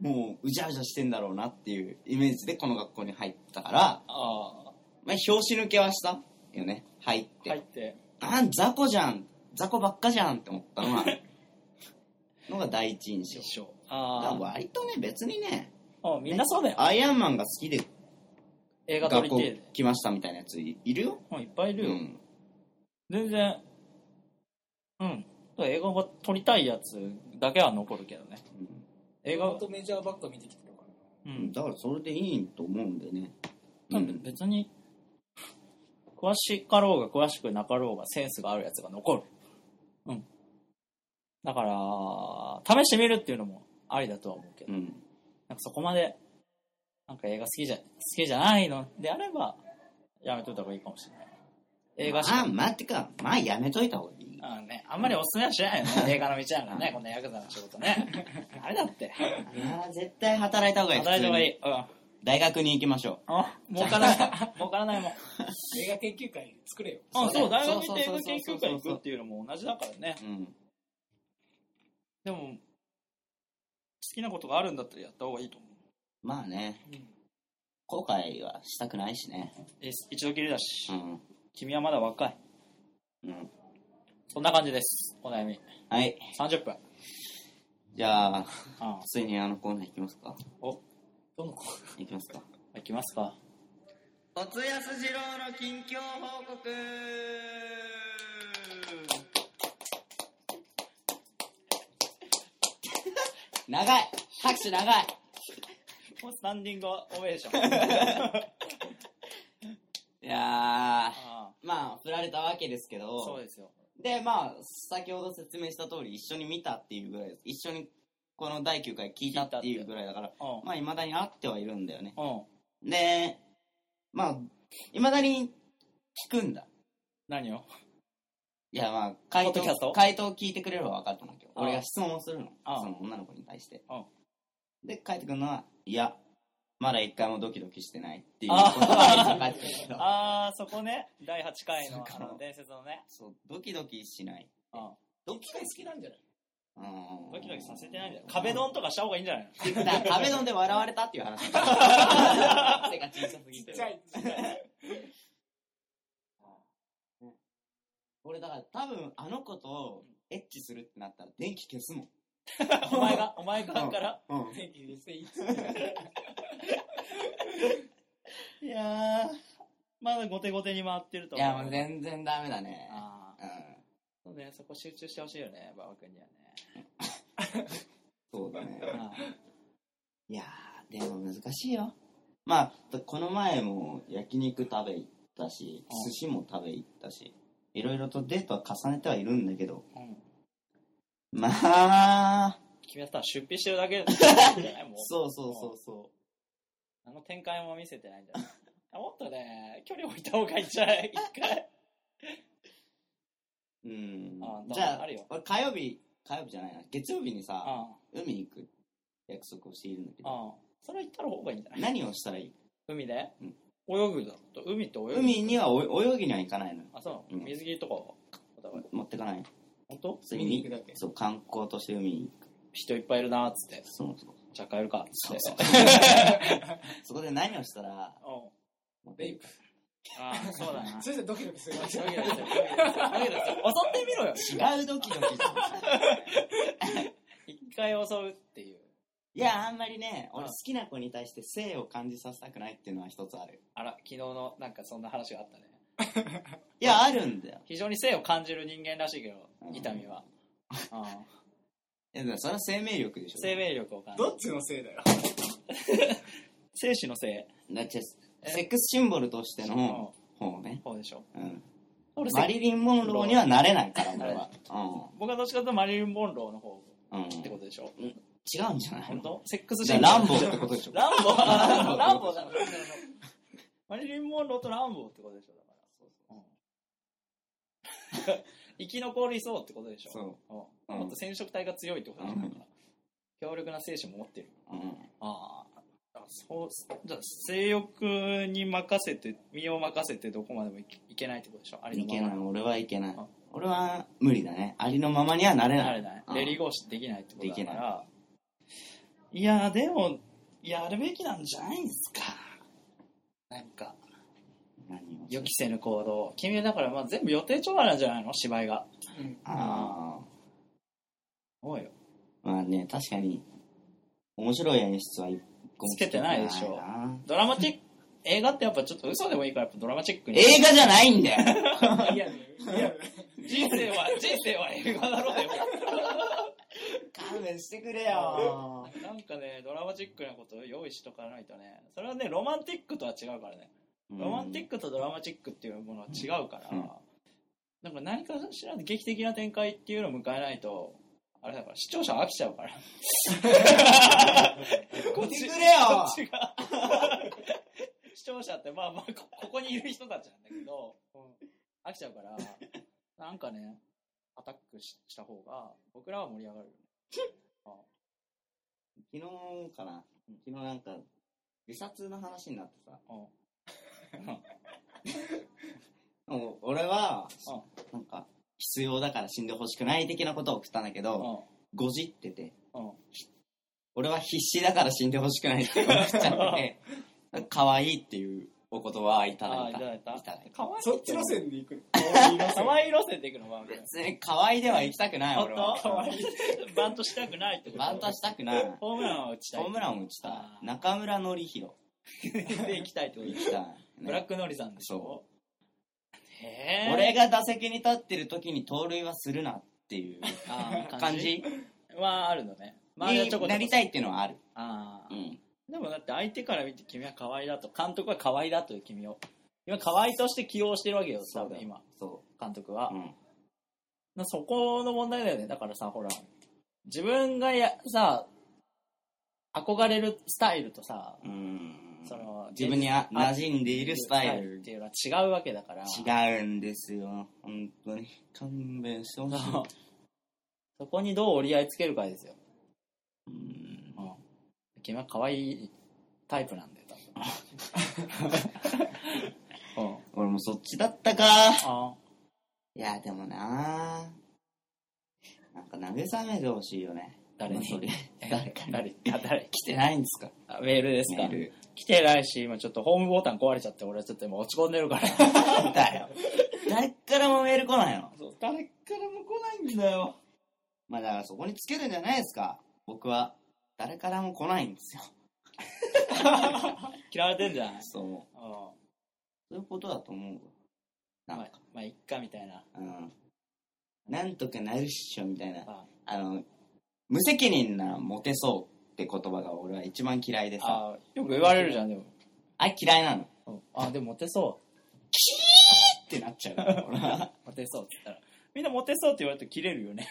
Speaker 2: もううじゃうじゃしてんだろうなっていうイメージでこの学校に入ったから、
Speaker 1: あ
Speaker 2: まあ、表紙抜けはしたよね、入って。
Speaker 1: あ、入って。
Speaker 2: あん、雑魚じゃん雑魚ばっかじゃんって思ったのは、 のが第一印象。
Speaker 1: 一緒。
Speaker 2: だから
Speaker 1: あ
Speaker 2: 割とね、別にね、
Speaker 1: あ、みんなそうだよ。
Speaker 2: アイアンマンが好きで
Speaker 1: 映画撮
Speaker 2: 学
Speaker 1: りて
Speaker 2: 校
Speaker 1: えで
Speaker 2: 来ましたみたいなやついるよ。
Speaker 1: うんいっぱいいうるよ。
Speaker 2: ん。
Speaker 1: 全然、うん。映画が撮りたいやつだけは残るけどね。映画
Speaker 3: ほん、とメジャーばっか見てきてるから。
Speaker 1: う
Speaker 2: うんん。。だからそれでいいと思うんでね。
Speaker 1: なんで別に、詳しかろうが詳しくなかろうがセンスがあるやつが残る。うん。だから、試してみるっていうのもありだとは思うけど
Speaker 2: う、ん。
Speaker 1: なんかそこまで、なんか映画好きじゃ、好きじゃないのであれば、やめといた方がいいかもしれない。映画しか
Speaker 2: あ、まあ、てか、まあやめといた方がいい。
Speaker 1: あね、あんまりおすすめはしないよ ね。映画の道なんかね、こんなヤクザの仕事ね。あれだって。
Speaker 2: あー絶対働いた方がいい。
Speaker 1: 働いた方がいい。うん。
Speaker 2: 普通に大学に行きましょ
Speaker 1: あ、儲からない。儲からないもん。
Speaker 3: 映画研究会作れよ。
Speaker 1: あ、
Speaker 2: そ
Speaker 1: そうう、
Speaker 2: だ
Speaker 1: 大
Speaker 2: よ
Speaker 1: 学って映画研究会行くっていうのも同じだからね。
Speaker 2: う。うん。
Speaker 1: でも、好きなことがあるんだったらやった方がいいと思う。
Speaker 2: まあね。後悔はしたくないしね。
Speaker 1: え一度きりだし
Speaker 2: う、ん。
Speaker 1: 君はまだ若い。
Speaker 2: うん。
Speaker 1: そんな感じです。お悩み。
Speaker 2: はい。
Speaker 1: 30分。
Speaker 2: じゃあ、
Speaker 1: あ
Speaker 2: ついにあのコーナー行きますか。
Speaker 1: お、
Speaker 3: どの子
Speaker 2: 行きますか。
Speaker 1: 行きますか。
Speaker 2: おつやすじろうの近況報告 長い拍手長い
Speaker 1: もうスタンディングオベー ション。
Speaker 2: いやー、ま
Speaker 1: あ
Speaker 2: あ、振られたわけですけ
Speaker 1: そう
Speaker 2: ど、
Speaker 1: ですよ。
Speaker 2: で、まあ、先ほど説明した通り、一緒に見たっていうぐらいです。一緒にこの第9回聞いたっていうぐらいだから、
Speaker 1: う
Speaker 2: まあ、未だに会ってはいるんだよね。
Speaker 1: ん。うん。
Speaker 2: で、まあ、未だに聞くんだ。
Speaker 1: 何を
Speaker 2: いや、まあ、回
Speaker 1: ポッドキャス
Speaker 2: 答
Speaker 1: ト、
Speaker 2: 回答を聞いてくれれば分かったんだけど、
Speaker 1: ああ
Speaker 2: 俺が質問をするの。
Speaker 1: ああ
Speaker 2: その女の子に対して
Speaker 1: ああ。
Speaker 2: で、返ってくるのは、いや、まだ一回もドキドキしてないっていうことが分かってるけど
Speaker 1: あー、そこね、第8回の
Speaker 2: そ
Speaker 1: あ
Speaker 2: うか
Speaker 1: の伝説のね。
Speaker 2: そうドキドキしない
Speaker 1: うん
Speaker 2: ドキ
Speaker 5: 機械好きなんじゃない
Speaker 2: うん
Speaker 1: ドキドキさせてないんだよ。壁ドンとかした方がいいんじゃないの
Speaker 2: だから壁ドンで笑われたっていう話背が小さすぎて
Speaker 3: ゃい。
Speaker 2: 俺だから多分あの子とエッチするってなったら電気消すもん
Speaker 1: お前が、お前側から。
Speaker 2: うん
Speaker 3: 天気にしていい
Speaker 5: いやー、まだ後手後手に回ってると
Speaker 2: い
Speaker 5: 思う。
Speaker 2: やもう全然ダメだね
Speaker 1: あ
Speaker 2: うん
Speaker 1: ーそうね、そこ集中してほしいよね、馬場君にはね。
Speaker 2: そうだね
Speaker 1: うん
Speaker 2: いやーでも難しいよまあこの前も焼肉食べ行ったし
Speaker 1: うん
Speaker 2: 寿司も食べ行ったしいろいろとデートは重ねてはいるんだけど
Speaker 1: うん。
Speaker 2: まあ
Speaker 1: 君はただ出費してるだけなんじゃないもう。
Speaker 2: そうそうそうそ
Speaker 1: あの展開も見せてないんじゃないあもっとね、距離置いた方がいいんじゃない一回。
Speaker 2: ううん
Speaker 1: あ
Speaker 2: じゃあ
Speaker 1: あるよ
Speaker 2: 俺火曜日火曜日じゃないな月曜日にさ
Speaker 1: うん。
Speaker 2: 海行く約束をしているんだけど、
Speaker 1: うん。それは言った方がいいんじゃない
Speaker 2: 何をしたらいい
Speaker 1: 海で、
Speaker 2: うん
Speaker 1: 泳ぐだと。海って泳ぐ。
Speaker 2: 海にはお泳ぎには行かないのよ。
Speaker 1: あ、そうな
Speaker 2: うん
Speaker 1: の水着とかはお互い
Speaker 2: 持ってかない。
Speaker 1: 本当
Speaker 2: それ
Speaker 3: 見に
Speaker 2: に
Speaker 3: 行くだけ
Speaker 2: そう、観光として海に行く。
Speaker 1: 人いっぱいいるなーっつって。
Speaker 2: そうそう。
Speaker 1: じゃあ帰るかっつって。
Speaker 2: そうそこで何をしたら、
Speaker 1: うん
Speaker 2: 持って
Speaker 3: レ
Speaker 2: い
Speaker 3: イ
Speaker 2: く
Speaker 3: プ。
Speaker 1: あーそうだな。
Speaker 3: それでドキドキするわけ
Speaker 1: だけどだけどだけど襲ってみろよ。
Speaker 2: 違うドキドキ。
Speaker 1: 一回襲うっていう。
Speaker 2: いや、あんまりね、俺
Speaker 1: うん
Speaker 2: 好きな子に対して性を感じさせたくないっていうのは一つある。
Speaker 1: あら、昨日のなんかそんな話があったね。
Speaker 2: いや、あるんだよ。
Speaker 1: 非常に性を感じる人間らしいけど
Speaker 2: う、ん
Speaker 1: 痛みは。うん
Speaker 2: いやでもそれは生命力でしょ。
Speaker 1: 生命力を感じる。
Speaker 3: どっちのせいだよ。
Speaker 1: 生死の性
Speaker 2: だってセックスシンボルとしての
Speaker 1: の
Speaker 2: 方ね。
Speaker 1: 方でしょ。
Speaker 2: うん。
Speaker 1: 俺
Speaker 2: マリリン・モンローにはなれないから、
Speaker 1: な
Speaker 2: 俺
Speaker 1: れない
Speaker 2: は。
Speaker 1: 僕はどっちかというとマリリン・モンローの方
Speaker 2: うん。うん。
Speaker 1: って
Speaker 2: 違
Speaker 1: ことでしょ。
Speaker 2: うんじゃない
Speaker 1: 本
Speaker 2: の
Speaker 1: 当セックスシ
Speaker 2: じゃあ、
Speaker 1: ーンだよ
Speaker 2: ランボーってことでしょ。
Speaker 1: ランボ
Speaker 2: ランボ
Speaker 1: ー
Speaker 2: ー
Speaker 1: ランボーだ。マリリン・モンローとランボーってことでしょ、だから。うん生き残りそうってことでしょ。
Speaker 2: そう
Speaker 1: うん
Speaker 2: うん
Speaker 1: もっと染色体が強いってことでしょ。だから強力な精神も持ってる。
Speaker 2: うん。
Speaker 1: ああ。そう、じゃあ、性欲に任せて、身を任せてどこまでもいけいけないってことでしょ。ありの
Speaker 2: いけ
Speaker 1: ま
Speaker 2: ない、俺はいけない
Speaker 1: あ。
Speaker 2: 俺は無理だね。ありのままにはなれ
Speaker 1: ま。
Speaker 2: な。
Speaker 1: ないれない。
Speaker 2: うん
Speaker 1: レリゴーしできないってことだ
Speaker 2: で
Speaker 1: か
Speaker 2: き
Speaker 1: ら。いや、でも、やるべきなんじゃないんすか。なんか。
Speaker 2: 何を
Speaker 1: 予期せぬ行動君はだからまあ全部予定調和なんじゃないの芝居が
Speaker 3: うん。
Speaker 2: あ
Speaker 1: おいよ
Speaker 2: あ。まあね、確かに、面白い演出は一個も
Speaker 1: つけてないでしょ
Speaker 2: つけてないな
Speaker 1: ドラマチック映画ってやっぱちょっと嘘でもいいからやっぱドラマチックに
Speaker 2: 映画じゃないんだよ
Speaker 3: リアル。リアル。
Speaker 1: 人生は人生は映画だろうよ
Speaker 2: 勘弁してくれよ。
Speaker 1: なんかねドラマチックなことを用意しとかないとねそれはねロマンティックとは違うからねロマンティックとドラマチックっていうものは違うから、
Speaker 2: うん
Speaker 1: なんか何かしらの劇的な展開っていうのを迎えないとあれだから視聴者飽きちゃ うからこっ
Speaker 2: 見
Speaker 1: ち
Speaker 2: てくれよ
Speaker 1: こっちが視聴者ってまあまあこここにいる人たちなんだけど、うん飽きちゃうからなんかねアタックしした方が僕らは盛り上がるよね
Speaker 2: 昨日かな昨日なんか、自殺の話になってさ。
Speaker 1: うん
Speaker 2: もう俺は
Speaker 1: うん、
Speaker 2: なんか、必要だから死んでほしくない的なことを送ったんだけど、ごじってて、
Speaker 1: うん
Speaker 2: 俺は必死だから死んでほしくないって思っちゃってて可愛いっていうお言葉をいただ
Speaker 1: あー
Speaker 2: いた
Speaker 1: いただいた
Speaker 2: いた
Speaker 1: かわいい
Speaker 3: そっち路線で行く。
Speaker 1: かわいい路線でいくのまあ
Speaker 2: 別に可愛いでは行きたくない俺は
Speaker 1: 本当可愛いバントしたくないってこと
Speaker 2: バンタしたくない
Speaker 1: ホームランは打ちたい
Speaker 2: ホームランを打ちた
Speaker 1: あー
Speaker 2: 中村紀弘
Speaker 1: で行きたいってこと
Speaker 2: 行
Speaker 1: で
Speaker 2: き
Speaker 1: しょ
Speaker 2: たい、
Speaker 1: ブラッ
Speaker 2: ね、
Speaker 1: クノリさんでしょへえ
Speaker 2: 俺が打席に立ってる時に盗塁はするなっていう
Speaker 1: あー
Speaker 2: 感じ
Speaker 1: はあるのね周りはちょこち
Speaker 2: に
Speaker 1: ょこ
Speaker 2: なりたいっていうのはある、
Speaker 1: あ
Speaker 2: う
Speaker 1: あ
Speaker 2: ん、
Speaker 1: でもだって相手から見て君は可愛いだと監督は可愛いだという君を今可愛いとして起用してるわけよ多分今
Speaker 2: そ
Speaker 1: 監督は
Speaker 2: う、う、ん、
Speaker 1: なそこの問題だよねだからさほら自分がやさ憧れるスタイルとさ、
Speaker 2: うん
Speaker 1: その
Speaker 2: 自分にあ馴染んでいるスタイル
Speaker 1: っていうのは違うわけだから
Speaker 2: 違うんですよ本当に勘弁してほしい
Speaker 1: そう そこにどう折り合いつけるかですよ、
Speaker 2: うん
Speaker 1: 君は可愛い
Speaker 2: タイプなんだよ、多分。
Speaker 6: うん。
Speaker 2: 俺もそっちだったか。
Speaker 6: あ
Speaker 2: いや、でもななんか慰めてほしいよね。
Speaker 1: 誰に
Speaker 2: それ誰かに。
Speaker 1: 誰あ誰
Speaker 2: 来てないんですか
Speaker 1: あメールですか
Speaker 2: メール。
Speaker 1: 来てないし、今ちょっとホームボタン壊れちゃって、俺はちょっと今落ち込んでるから。
Speaker 2: なんだよ。誰からもメール来ないの。
Speaker 1: そう誰からも来ないんだよ。
Speaker 2: まあだからそこにつけるんじゃないですか。僕は。誰からも来ない んですよ。
Speaker 1: 嫌われてんじゃない
Speaker 2: そう思う。
Speaker 1: うん。ま
Speaker 2: そういうことだと思うわ。なん
Speaker 1: あ
Speaker 2: か、、
Speaker 1: まあ、いっか、みたいな。
Speaker 2: うん。なんとかなるっしょ、みたいな。
Speaker 1: あ
Speaker 2: あの、無責任なモテそうって言葉が俺は一番嫌いでさ。
Speaker 1: あ、よく言われるじゃん、でも。
Speaker 2: あ、嫌いなの。
Speaker 1: うんあ、でもモテそ
Speaker 2: ってなっ ちゃうから俺は。
Speaker 1: う。モテそうって言ったら。みんなモテそうって言われると切れるよね。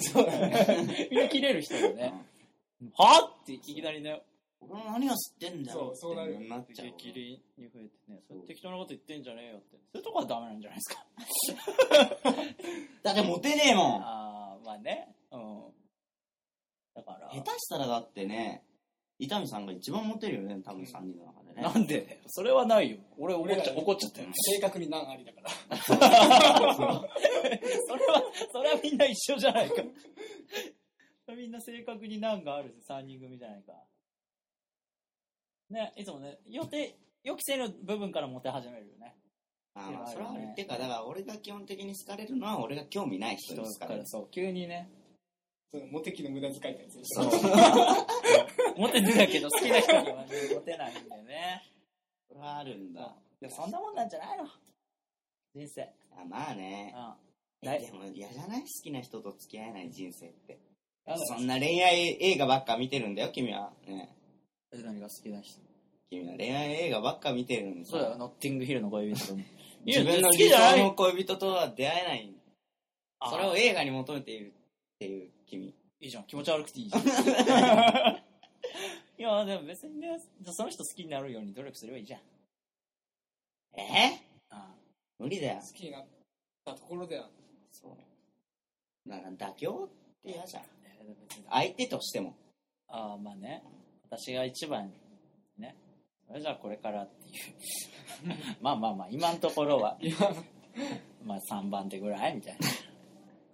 Speaker 1: そうだね。 みんな切れる人だよね。 はっていきなりね、
Speaker 2: 俺の何が知ってんだよ。
Speaker 3: そうそうなるよ
Speaker 2: なっちゃうわ。
Speaker 1: 激励に増えてね、そう適当なこと言ってんじゃねえよって。そういうとこはダメなんじゃないですか。
Speaker 2: だってモテねえも ん。
Speaker 1: ああ、まあね。うん。だから。
Speaker 2: 下手したらだってね、伊丹さんが一番モテるよね、多分3人の中でね。
Speaker 1: なんでだよ それはないよ。俺怒っちゃ怒っちゃったよ。
Speaker 3: 正確に何ありだから。
Speaker 1: それは、それはみんな一緒じゃないか。それみんな正確に難がある3人組じゃないか。ね、いつもね、予定、予期せぬ部分からモテ始めるよね。
Speaker 2: あーまあそれはあるってか、だから俺が基本的に好かれるのは俺が興味ない人
Speaker 1: 人
Speaker 2: ですか
Speaker 1: からら。そう、急にね。
Speaker 3: そのモテキの無駄遣いってやつでし
Speaker 1: そ
Speaker 3: ょ
Speaker 1: う。モテてたけど好きな人にはね、モテないんだよね。
Speaker 2: それはあるんだ。
Speaker 1: でもそんなもんなんじゃないの人生。
Speaker 2: あまあね。
Speaker 1: う
Speaker 2: え
Speaker 1: ない
Speaker 2: でも嫌じゃない好きな人と付き合えない人生って。
Speaker 1: ん。
Speaker 2: そんな恋愛映画ばっか見てるんだよ、君は。ね。
Speaker 1: え何が好きな人
Speaker 2: 君は恋愛映画ばっか見てるんです
Speaker 1: そうだよ、ノッティングヒルの恋人。
Speaker 2: 自分の
Speaker 1: 好
Speaker 2: 理
Speaker 1: きじゃな
Speaker 2: 想
Speaker 1: い
Speaker 2: の恋人とは出会えない。それを映画に求めているっていう君。
Speaker 1: いいじゃん、気持ち悪くてい いじゃん。いや、でも別にね、じゃあその人好きになるように努力すればいいじゃん。
Speaker 2: え
Speaker 1: あ
Speaker 2: 無理だよ。
Speaker 3: 好きになったところでは
Speaker 2: そう。なんか妥協って嫌じゃん。
Speaker 1: あ、えー別に
Speaker 2: 相手としても。
Speaker 1: ああ、まあね、私が一番、ね、それじゃあこれからっていう。 まあまあまあ、 今のところは、まあ3番手ぐらいみたい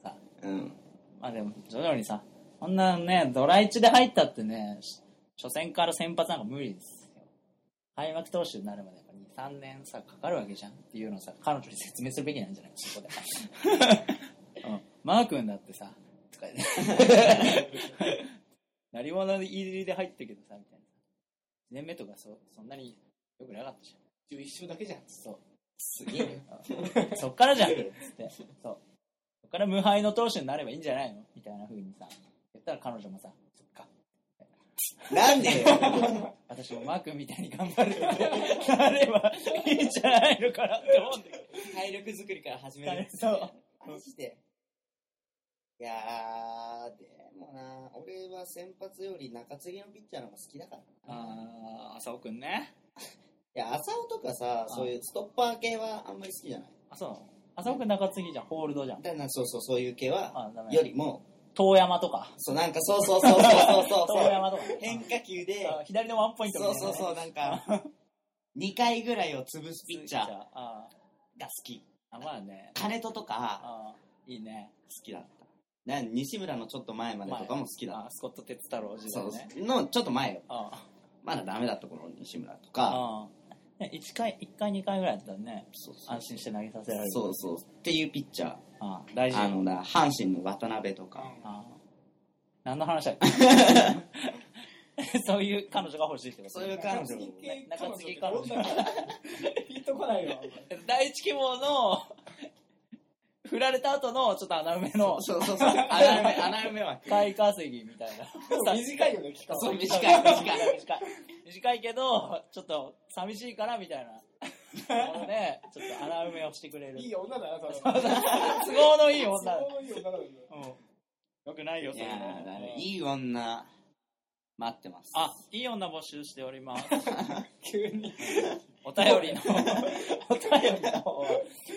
Speaker 1: な。
Speaker 2: うん。
Speaker 1: まあでも、徐々にさ、こんなね、ドラ1で入ったってね、し初戦から先発なんか無理ですよ。開幕投手になるまでやっぱ2、3年さ、かかるわけじゃんっていうのをさ、彼女に説明するべきなんじゃないそこで。 うん、マー君だってさ、とかね。 なり物入りで入ったけどさ、みたいな。1年目とかそそんなに良くなかったじゃん。
Speaker 3: 一生だけじゃん。
Speaker 1: そう。すげえ。そっからじゃん。つって。そう。そっから無敗の投手になればいいんじゃないのみたいな風にさ。言ったら彼女もさ、そっか。
Speaker 2: なんで
Speaker 1: 私もマー君みたいに頑張るってなればいいんじゃないのかなって思うん だけど。
Speaker 2: 体力作りから始めるんです
Speaker 1: そう。
Speaker 2: マジで。いやー、でもな、俺は先発より中継ぎのピッチャーの方が好きだから。
Speaker 1: あー、浅尾君ね。
Speaker 2: いや、浅尾とかさ、そういうストッパー系はあんまり好きじゃない。
Speaker 1: あ、そうなの浅尾君中継ぎじゃん。ホールドじゃん。
Speaker 2: だからそうそう、そういう系は、
Speaker 1: あ、ダメ。
Speaker 2: よりも、
Speaker 1: 遠山とか。
Speaker 2: そう、なんか、そうそうそうそう そう
Speaker 1: 遠
Speaker 2: そう。
Speaker 1: 山とか。
Speaker 2: 変化球で、
Speaker 1: あ左のワンポイントみ
Speaker 2: そ
Speaker 1: た
Speaker 2: う
Speaker 1: いな
Speaker 2: そうそう、なん か、2回ぐらいを潰すピッチャーが
Speaker 1: あ
Speaker 2: 好き。
Speaker 1: ーあ、まあね。
Speaker 2: 金戸とか、
Speaker 1: あーいいね。
Speaker 2: 好きだった。な西村のちょっと前までとかも好きだっ
Speaker 1: あースコット哲太郎
Speaker 2: た。
Speaker 1: 時代
Speaker 2: そ
Speaker 1: ね。
Speaker 2: う、のちょっと前よ。
Speaker 1: あー
Speaker 2: まだダメだった頃の西村とか、
Speaker 1: うん。ね、1回、一回、2回ぐらいだったらね、
Speaker 2: そうそう
Speaker 1: 安心して投げさせられる。
Speaker 2: そうそう。っていうピッチャー。
Speaker 1: ああ大事
Speaker 2: あのな、阪神の渡辺とか。
Speaker 1: ああ何の話だっ けそういう彼女が欲しいってこと
Speaker 2: そういう彼女もね。
Speaker 1: 中継ぎ彼女。
Speaker 3: ピンとこないよ。
Speaker 1: 第一希望の、振られた後の、ちょっと穴埋めの、
Speaker 2: そうそうそう。穴埋め、穴埋めは。
Speaker 1: 外稼ぎみたいな。
Speaker 3: 短いよね、期間
Speaker 2: そう、
Speaker 3: は。
Speaker 2: 短い、短い。
Speaker 1: 短い。短いけど、ちょっと寂しいからみたいな。あのね、ちょっと穴埋めをしてくれる。
Speaker 3: いい女だな、それは。
Speaker 1: 都合のいい女だ。
Speaker 3: そういう女だよね。
Speaker 1: うん。よくないよ、
Speaker 2: い
Speaker 1: そ
Speaker 2: や
Speaker 1: れね
Speaker 2: ーだからいい女、待ってます。
Speaker 1: あ、いい女募集しております。
Speaker 3: 急に。
Speaker 1: お便りの、お便りの方は、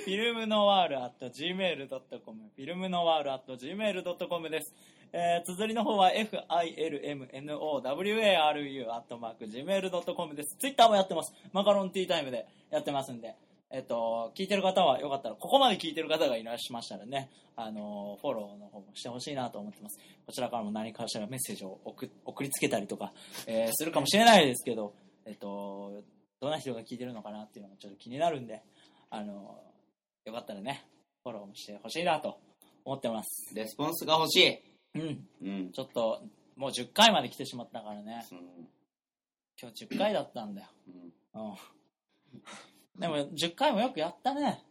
Speaker 1: フィルムノワール at gmail.com、フィルムノワール at gmail.com です。えー、綴りの方は filmnowaru at mark gmail.com です。ツイッターもやってます。マカロンティータイムでやってますんで。えっと、聞いてる方はよかったら、ここまで聞いてる方がいらっしゃいましたらね、あの、フォローの方もしてほしいなと思ってます。こちらからも何かしらメッセージを送送りつけたりとか、えーするかもしれないですけど、えっと、どんな人が聞いてるのかなっていうのがちょっと気になるんで、あの、よかったらね、フォローもしてほしいなと思ってます。
Speaker 2: レスポンスが欲し
Speaker 1: うん。
Speaker 2: い。うん。
Speaker 1: ちょっと、もう10回まで来てしまったからね。今日10回だったんだよ。
Speaker 2: うん
Speaker 1: うん。でも、10回もよくやったね。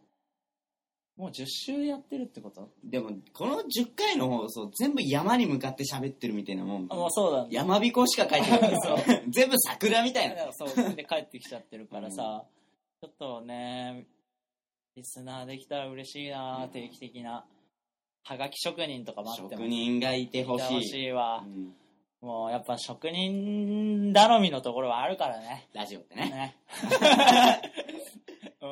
Speaker 1: もう10週やってるってこと
Speaker 2: でも、この10回の放送、全部山に向かって喋ってるみたいなもん。
Speaker 1: あ、もうそうだね。
Speaker 2: 山彦しか書いてない。 全部桜みたいな。
Speaker 1: そう、で帰ってきちゃってるからさ、ちょっとね、リスナーできたら嬉しいな、定期的な。はがき職人とか待って
Speaker 2: 職
Speaker 1: も
Speaker 2: 人がいてほ
Speaker 1: いて
Speaker 2: し
Speaker 1: ほ
Speaker 2: い。
Speaker 1: しいわ
Speaker 2: う。ん
Speaker 1: もうやっぱ職人頼みのところはあるからね。
Speaker 2: ラジオってね。
Speaker 1: ね。うん。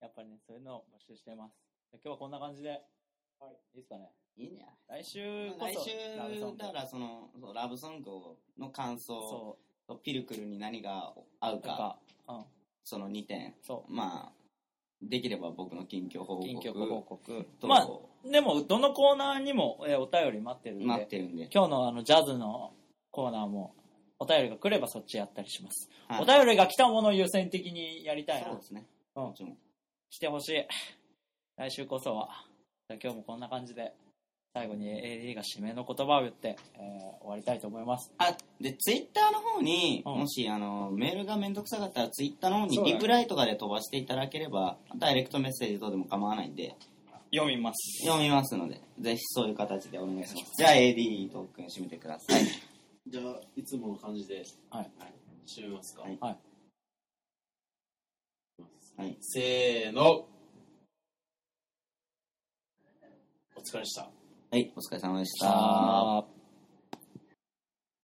Speaker 1: やっぱりね、そういうのを募集してます。今日はこんな感じで。はい。いいですかね。
Speaker 2: いいんじゃな
Speaker 1: 来
Speaker 2: い
Speaker 1: 週こ
Speaker 2: 来
Speaker 1: そ、ラブソン
Speaker 2: 週、
Speaker 1: グ
Speaker 2: だからその、そうラブソングの感想
Speaker 1: そ
Speaker 2: とピルクルに何が合う
Speaker 1: う。なん
Speaker 2: か、
Speaker 1: か、うん。
Speaker 2: その2点。
Speaker 1: そ
Speaker 2: まあ、できれば僕の近況
Speaker 1: う。
Speaker 2: 報告
Speaker 1: 近況ご報告。
Speaker 2: と、
Speaker 1: まあ、でも、どのコーナーにも、えーお便り待ってるんで、
Speaker 2: 待ってるんで。
Speaker 1: 今日のあのジャズのコーナーも、お便りが来ればそっちやったりします。
Speaker 2: はい
Speaker 1: お便りが来たものを優先的にやりたい
Speaker 2: そう
Speaker 1: な
Speaker 2: で。すね。
Speaker 1: うん
Speaker 2: もちろん
Speaker 1: 来てほしい。来週こそは。じゃあ今日もこんな感じで、最後に AD が締めの言葉を言って、えー終わりたいと思います。
Speaker 2: あ、で、ツイッターの方に、
Speaker 1: うん
Speaker 2: もし、あの、メールがめんどくさかったら、ツイッターの方
Speaker 3: そう
Speaker 2: に
Speaker 3: だね
Speaker 2: リプライとかで飛ばしていただければ、ダイレクトメッセージ等でも構わないんで、
Speaker 1: 読みます。
Speaker 2: 読みますので、ぜひそういう形でお願いします。じゃあ、AD トークン締めてください。
Speaker 4: じゃあ、いつもの感じで、
Speaker 1: はい。
Speaker 4: 締めますか。
Speaker 2: はい
Speaker 1: はい
Speaker 2: はい
Speaker 4: せーの。お疲れでした。
Speaker 2: はい、お疲れ様でした。
Speaker 1: あー